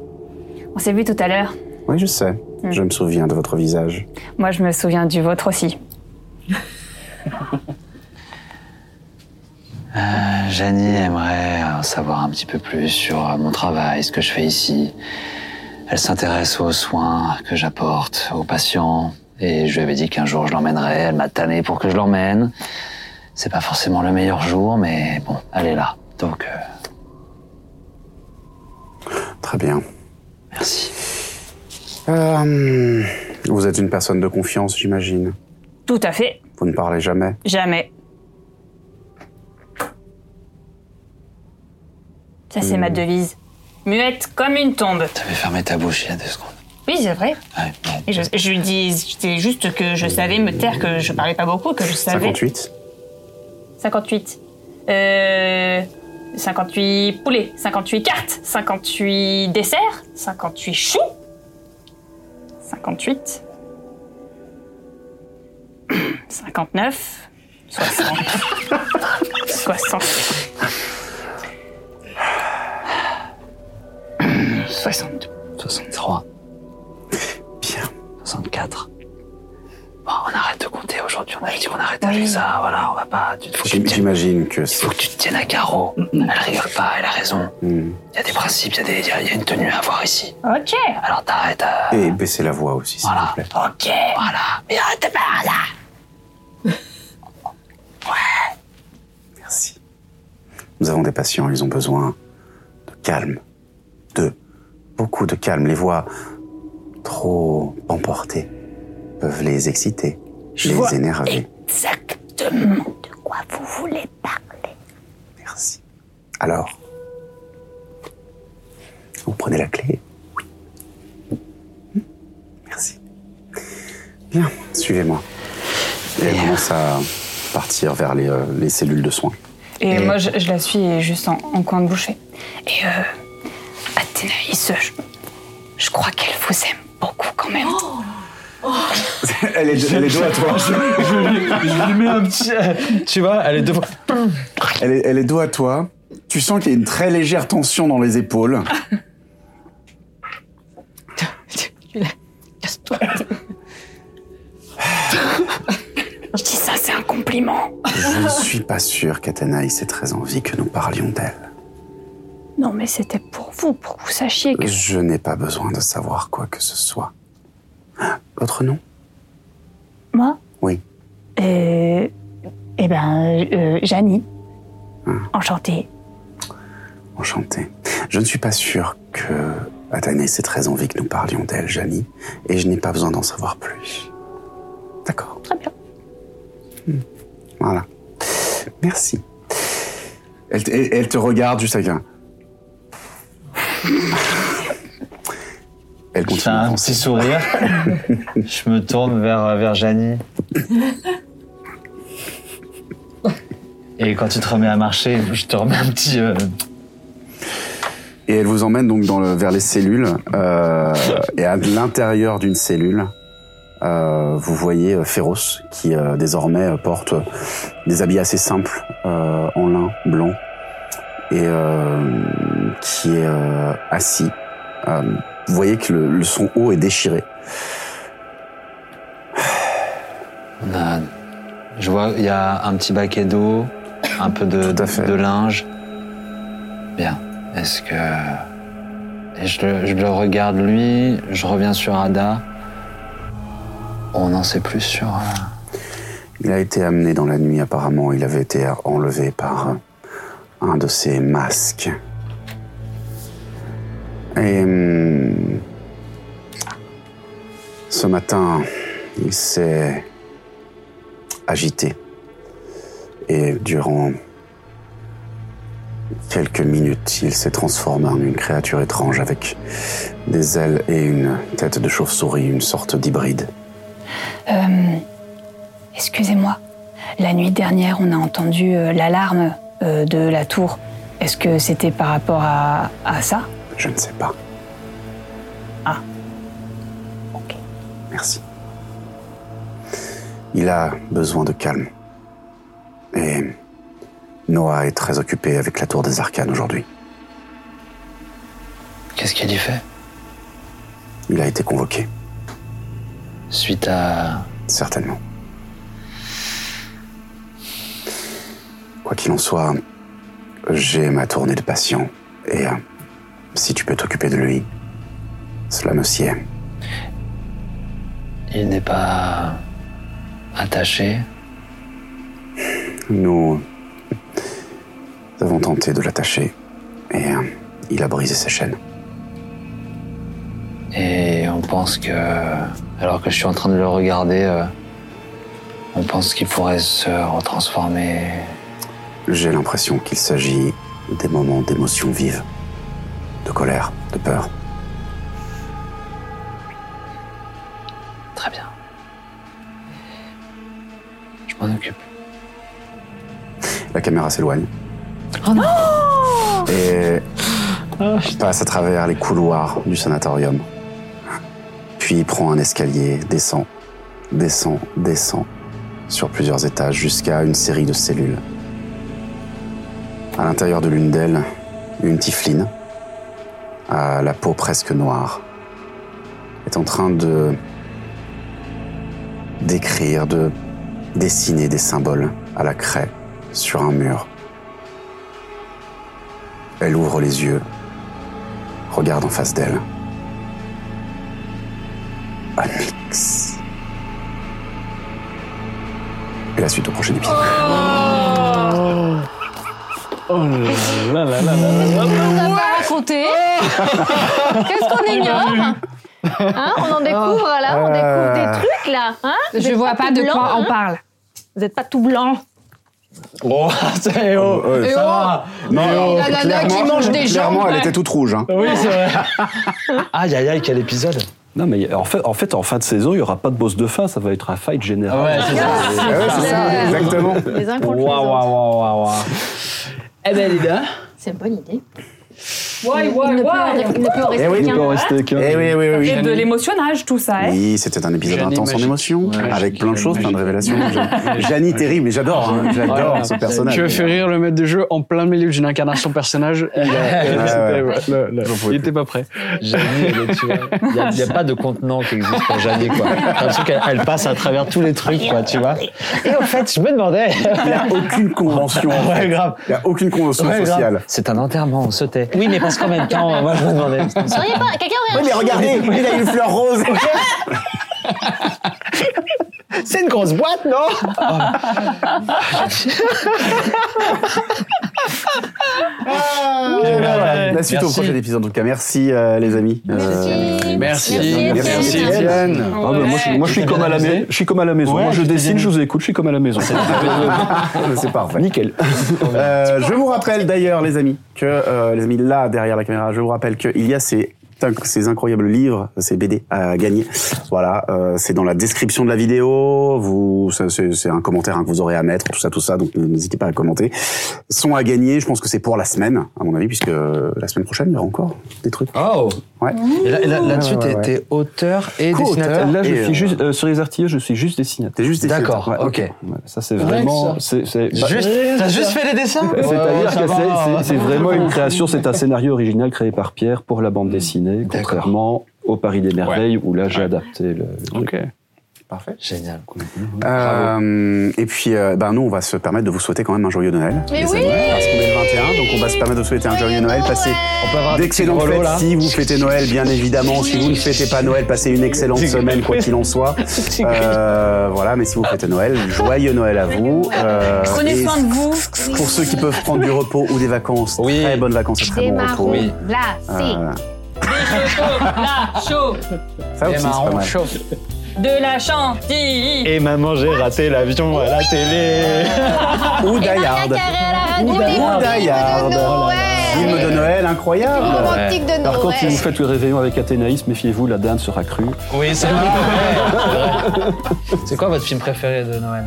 On s'est vu tout à l'heure. Oui, je sais. Mm. Je me souviens de votre visage. Moi, je me souviens du vôtre aussi. Euh, Janie aimerait euh, savoir un petit peu plus sur euh, mon travail, ce que je fais ici. Elle s'intéresse aux soins que j'apporte aux patients. Et je lui avais dit qu'un jour je l'emmènerais. Elle m'a tanné pour que je l'emmène. C'est pas forcément le meilleur jour, mais bon, elle est là. Donc, euh, Très bien. Merci. Euh, vous êtes une personne de confiance, j'imagine. Tout à fait. Vous ne parlez jamais. Jamais. Ça, c'est ma devise. Muette comme une tombe. je vais fermer ta bouche il y a deux secondes. Oui, c'est vrai. Ouais, bon. Et je, je lui dis, c'était juste que je savais me taire, que je parlais pas beaucoup, que je savais. 58. 58. Euh, 58 poulets, 58 cartes, 58 desserts, 58 choux. 58. 59. 60. 60. 60. 63. Bien. 64. Bon, on arrête de compter aujourd'hui. On a dit qu'on arrête avec ça. Voilà, on va pas. Tu te fous. J'im- J'imagine que c'est... Faut que tu te tiennes à carreau. Elle rigole pas, elle a raison. Hmm. Il y a des principes, il y, a des- il y a- il y a une tenue à avoir ici. Ok. Alors t'arrêtes à. Et baissez la voix aussi, s'il vous plaît. Ok. Voilà. Mais arrête pas là. Merci. Nous avons des patients, ils ont besoin de calme. De beaucoup de calme. Les voix trop emportées peuvent les exciter, les vois énerver. Exactement de quoi vous voulez parler. Merci. Alors, vous prenez la clé. Merci. Bien, suivez-moi. Et elle commence à partir vers les, euh, les cellules de soins. Et, moi, je, je la suis juste en, en coin de boucher. Et euh, Athénaïs, je, je crois qu'elle vous aime beaucoup quand même. Elle est, elle est dos à toi. Je- je- je lui mets un petit. Tu vois, elle est devant. Elle est, dos à toi. Tu sens qu'il y a une très légère tension dans les épaules. Casse-toi. Je dis ça, c'est un compliment. Je ne suis pas sûr qu'Athénaïs ait très envie que nous parlions d'elle. Non, mais c'était pour vous, pour que vous sachiez que. Je n'ai pas besoin de savoir quoi que ce soit. Votre nom Moi Oui. Euh, eh ben, euh, Janie. Enchantée. Enchanté. Je ne suis pas sûr que Athénaïs ait très envie que nous parlions d'elle, Janie, et je n'ai pas besoin d'en savoir plus. D'accord. Hmm. Très bien. Voilà. Merci. Elle, te- elle- elle te regarde juste avec un. Elle Je fais un petit sourire. je me tourne vers, vers Janie. Et quand tu te remets à marcher, je te remets un petit. euh, Et elle vous emmène donc dans le- vers les cellules. euh, et à l'intérieur d'une cellule, euh, vous voyez euh, Féroce qui euh, désormais euh, porte euh, des habits assez simples euh, en lin blanc et euh, qui est euh, assis. Euh, vous voyez que le, le- son haut est déchiré. On a- Bah, Je vois, il y a un petit baquet d'eau, un peu de, de linge. Bien. Est-ce que. Et je, le- je le regarde lui, je reviens sur Ada. On en sait plus sur. euh, Il a été amené dans la nuit apparemment. Il avait été enlevé par euh, un de ses masques. Et hum, ce matin, il s'est agité. Et durant quelques minutes, il s'est transformé en une créature étrange avec des ailes et une tête de chauve-souris, une sorte d'hybride. Euh, Excusez-moi, la nuit dernière, on a entendu euh, l'alarme euh, de la tour. Est-ce que c'était par rapport à, à ça Je ne sais pas. Ah. Merci. Il a besoin de calme. Et Noah est très occupé avec la tour des arcanes aujourd'hui. Qu'est-ce qu'il y fait Il a été convoqué, Suite à. certainement. Quoi qu'il en soit, j'ai ma tournée de patient. Et euh, si tu peux t'occuper de lui, cela me sied. Il n'est pas. attaché. Nous avons tenté de l'attacher et euh, il a brisé ses chaînes. Et on pense que. Alors que je suis en train de le regarder, euh, on pense qu'il pourrait se retransformer. J'ai l'impression qu'il s'agit des moments d'émotion vive, de colère, de peur. Très bien. Je m'en occupe. La caméra s'éloigne et passe à travers les couloirs du sanatorium. Puis il prend un escalier, descend, descend, descend sur plusieurs étages jusqu'à une série de cellules. À l'intérieur de l'une d'elles, une tifline à la peau presque noire est en train de d'écrire, de dessiner des symboles à la craie sur un mur. Elle ouvre les yeux, regarde en face d'elle. Onyx. Et la suite au prochain épisode. Oh là là là là On n'a pas raconté. Qu'est-ce qu'on ignore Hein, On en découvre là, on Euh. découvre des trucs là. Hein Vous Je êtes vois pas tout de blanc, quoi on hein parle. Vous n'êtes pas tout blanc. Oh, oh, Eh ça oh. va. Non, Mais oh, la nana clairement- qui mange des gens, Clairement, elle ouais. était toute rouge. hein. Oui, c'est vrai. aïe, aïe, aïe, quel épisode. Non, mais en fait, en fait, en fin de saison, il n'y aura pas de boss de fin, ça va être un fight général. Ouais, c'est ça. Ah ouais, c'est ça, exactement. Les uns contre les Waouh, autres. waouh, waouh, waouh. Eh ben, les gars. C'est une bonne idée. Ouais, Il ouais, ne peut- ouais. Il ne peut rester Eh oui, qu'un. euh, Eh oui, oui, oui, oui. Et de l'émotionnage, tout ça, hein Oui, c'était un épisode Jeannie intense en magique. émotion, Ouais, avec plein de choses, plein de révélations. magique. Janie terrible, mais j'adore, hein, j'adore Ouais. ce personnage. Tu veux faire rire le maître de jeu en plein milieu d'une incarnation de personnage Il, a- Ouais, ouais. c'était- Ah, ouais, le- le- pouvais il était pas prêt. Il n'y a, y a pas de contenant qui existe pour Jeannie, quoi. T'as l'impression qu'elle elle passe à travers tous les trucs, quoi, tu vois. Et en fait, je me demandais. Il n'y a aucune convention. en fait. Ouais, grave. Il n'y a aucune convention Ouais, grave. sociale. C'est un enterrement, on se tait. Oui, mais parce qu'en même temps, moi, je me demandais. Vous seriez Eh ben, pas. Quelqu'un aurait. Oui, mais regardez, il a une fleur rose. C'est une grosse boîte, non Ah, La suite au Merci. prochain épisode. En tout cas, merci euh, les amis. Euh, Merci. Merci, Merci, Étienne. Étienne. Ah, mais moi, je, moi, je suis comme à la maison. Je suis comme à la maison. Ouais, moi, je dessine, je vous écoute, je suis comme à la maison. C'est parfait. Nickel. Euh, je vous rappelle d'ailleurs, les amis, que euh, les amis là derrière la caméra, je vous rappelle qu'il y a ces inc- ces incroyables livres, ces BD à gagner. Voilà, euh, c'est dans la description de la vidéo. Vous, ça, c'est c'est un commentaire hein, que vous aurez à mettre, tout ça, tout ça. Donc euh, n'hésitez pas à commenter. Sont à gagner. Je pense que c'est pour la semaine, à mon avis, puisque euh, la semaine prochaine il y aura encore des trucs. Oh Ouais. Et là- là- là-dessus, Ouais, ouais, t'es- ouais. t'es auteur et dessinateur. Co-auteur. Là, je Et, suis euh, juste euh, sur les artilleurs, je suis juste dessinateur. T'es juste dessinateur. D'accord, ok. Ouais, Ça, c'est Ouais, vraiment. ça. c'est- c'est- bah, Juste- T'as juste fait les dessins Oh, C'est-à-dire que c'est- c'est- c'est vraiment une création. création, c'est un scénario original créé par Pierre pour la bande dessinée, contrairement au Paris des Merveilles où là j'ai adapté le. Ok. Parfait. Génial. Euh, et puis, euh, ben nous, on va se permettre de vous souhaiter quand même un joyeux Noël. Mais les oui amis, Parce qu'on est le 21, donc on va se permettre de vous souhaiter un joyeux Noël. Passez d'excellentes petit fêtes grelot, là si vous fêtez Noël, bien évidemment. Si vous ne fêtez pas Noël, passez une excellente semaine, quoi qu'il en soit. Ah, Euh, voilà, mais si vous fêtez Noël, joyeux Noël à vous. Euh, Prenez et soin de vous. Pour ceux qui peuvent prendre du repos ou des vacances, très bonnes vacances et très bon repos. là, Ah. Euh, c'est chaud. ça aussi, Ah, c'est pas mal. Oh, De la chantilly. Et maman, j'ai raté l'avion à la télé. Ou Die Hard. Carré à la radio. Ou des Die films de Hard. Noël. Film de Noël incroyable. Romantique de Par contre, si Noël. vous faites le réveillon avec Athénaïs, méfiez-vous, la dinde sera crue. Oui, c'est vrai. C'est quoi votre film préféré de Noël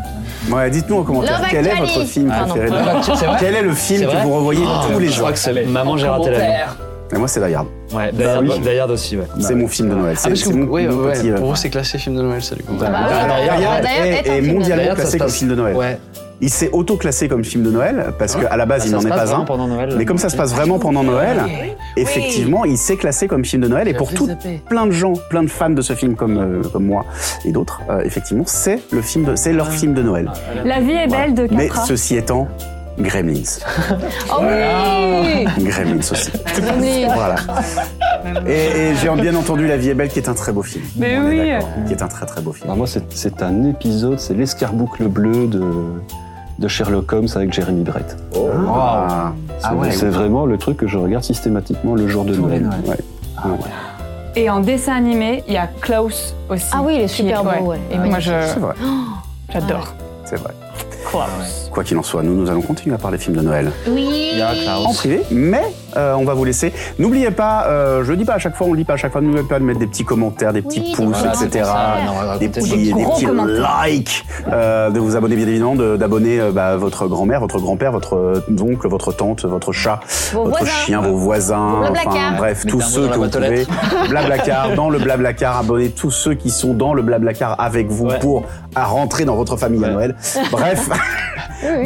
Ouais, dites-nous en commentaire Love quel est Actually. votre film Ah non. préféré de Love Noël Actually, c'est vrai Quel est le C'est film que vrai vous revoyez Ah, tous les jours Je crois que c'est Maman, j'ai raté la vie. Et moi, c'est Die Hard. Ouais, Die Hard- Die Hard aussi, ouais. C'est mon film de Noël. Ah, C'est parce que c'est mon, vous- ouais, mon ouais, petit, euh, pour vous, c'est classé film de Noël, salut. Bah, Bah, Die Die Hard Hard est un est, est film de mondialement Noël. classé Ça comme se film de Noël. Il s'est auto-classé comme film de Noël parce qu'à la base Ah, il ça n'en se est passe pas vraiment un. pendant Noël, euh, mais comme ça se passe vraiment pendant Ah, Noël, effectivement, il s'est classé comme film de Noël et pour tout plein de gens, plein de fans de ce film comme euh, comme moi et d'autres, euh, effectivement, c'est le film de c'est Ah. leur film de Noël. La vie est belle de Mais Capra. ceci étant, Gremlins. Oh oui Gremlins aussi. Gremlins. Voilà. Et, et j'ai bien entendu La vie est belle qui est un très beau film. Mais On est oui. d'accord, Qui est un très très beau film. Alors moi, c'est- c'est un épisode, c'est l'escarboucle bleu de, de Sherlock Holmes avec Jeremy Brett. Oh. Ah. C'est Ah ouais. c'est vraiment le truc que je regarde systématiquement le jour de Noël. Ouais. Et en dessin animé, il y a Klaus aussi. Ah oui, il est super beau, ouais. Et Moi, je... C'est vrai. J'adore. C'est vrai. Klaus. Quoi qu'il en soit, nous, nous allons continuer à parler films de Noël. Oui. Ah, En privé, mais euh, on va vous laisser. N'oubliez pas, euh, je le dis pas à chaque fois, on le dit pas à chaque fois, n'oubliez pas de mettre des petits commentaires, des petits Oui, des pouces, petits etc. commentaires. Non, on va des raconter petits, des des gros petits commentaires. likes, euh, de vous abonner bien évidemment, de- d'abonner euh, bah, votre grand-mère, votre grand-père, votre euh, oncle, votre tante, votre chat, Vos votre voisins. chien, vos voisins, Blablacar. enfin bref, Mettez tous un mot ceux dans la que vous boîte aux pouvez. lettres. Blablacar, dans le Blablacar, abonnez tous ceux qui sont dans le Blablacar avec vous pour à rentrer dans votre famille à Noël. Bref,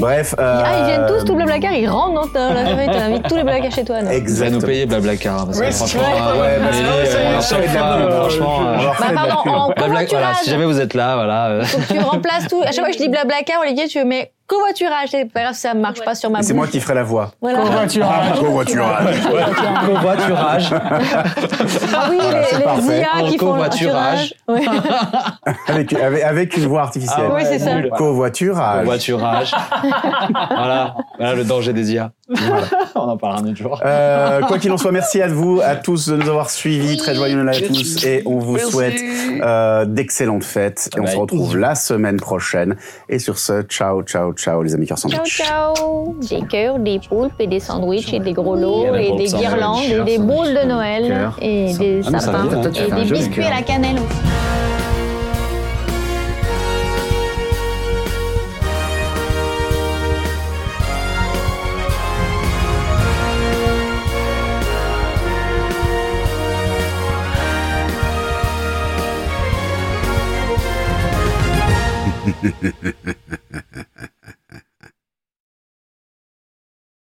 bref. Ah, ils viennent Bah, euh, tous, tout le blablacar, ils rentrent dans ta la famille, t'as invité tous les blablacar chez toi. non Exact. va nous payer Blablacar. hein, Parce que Oui, c'est franchement, vrai. euh, Ouais, on parce que est, ouais, ça y est, euh, on on en fait de la fera, pub. euh, franchement, Je- euh, je- Bah, fait de la pardon, pub. en- comment Blabla- tu voilà, vas, si jamais vous êtes là, voilà. euh. Tu remplaces tout. À chaque fois que je dis blablacar, Olivier, tu mets covoiturage. C'est pas grave, ça marche pas sur ma Et bouche. c'est moi qui ferai la voix. Voilà. Ah, Covoiturage. Covoiturage. Ah oui, Voilà, c'est les, les parfait. IA En qui font le covoiturage. tirage. Ouais. avec, avec, avec une voix artificielle. Ah ouais, Oui, c'est ça. nul. Covoiturage. Covoiturage. voilà. voilà le danger des IA. on en parlera un autre jour. Euh, quoi qu'il en soit, merci à vous, à tous de nous avoir suivis. Très joyeux Noël à tous et on vous Merci. souhaite euh, d'excellentes fêtes et on Bye. se retrouve la semaine prochaine. Et sur ce, ciao, ciao, ciao les amis cœur sandwich. Ciao, ciao. J'ai cœur, des poulpes et des sandwichs et des gros lots Il y en a et pour des le sandwich, guirlandes et cœur, des boules de Noël cœur, et des Ah, mais ça sapins va bien, hein. et T'as fait un des joli biscuits cœur. à la cannelle aussi.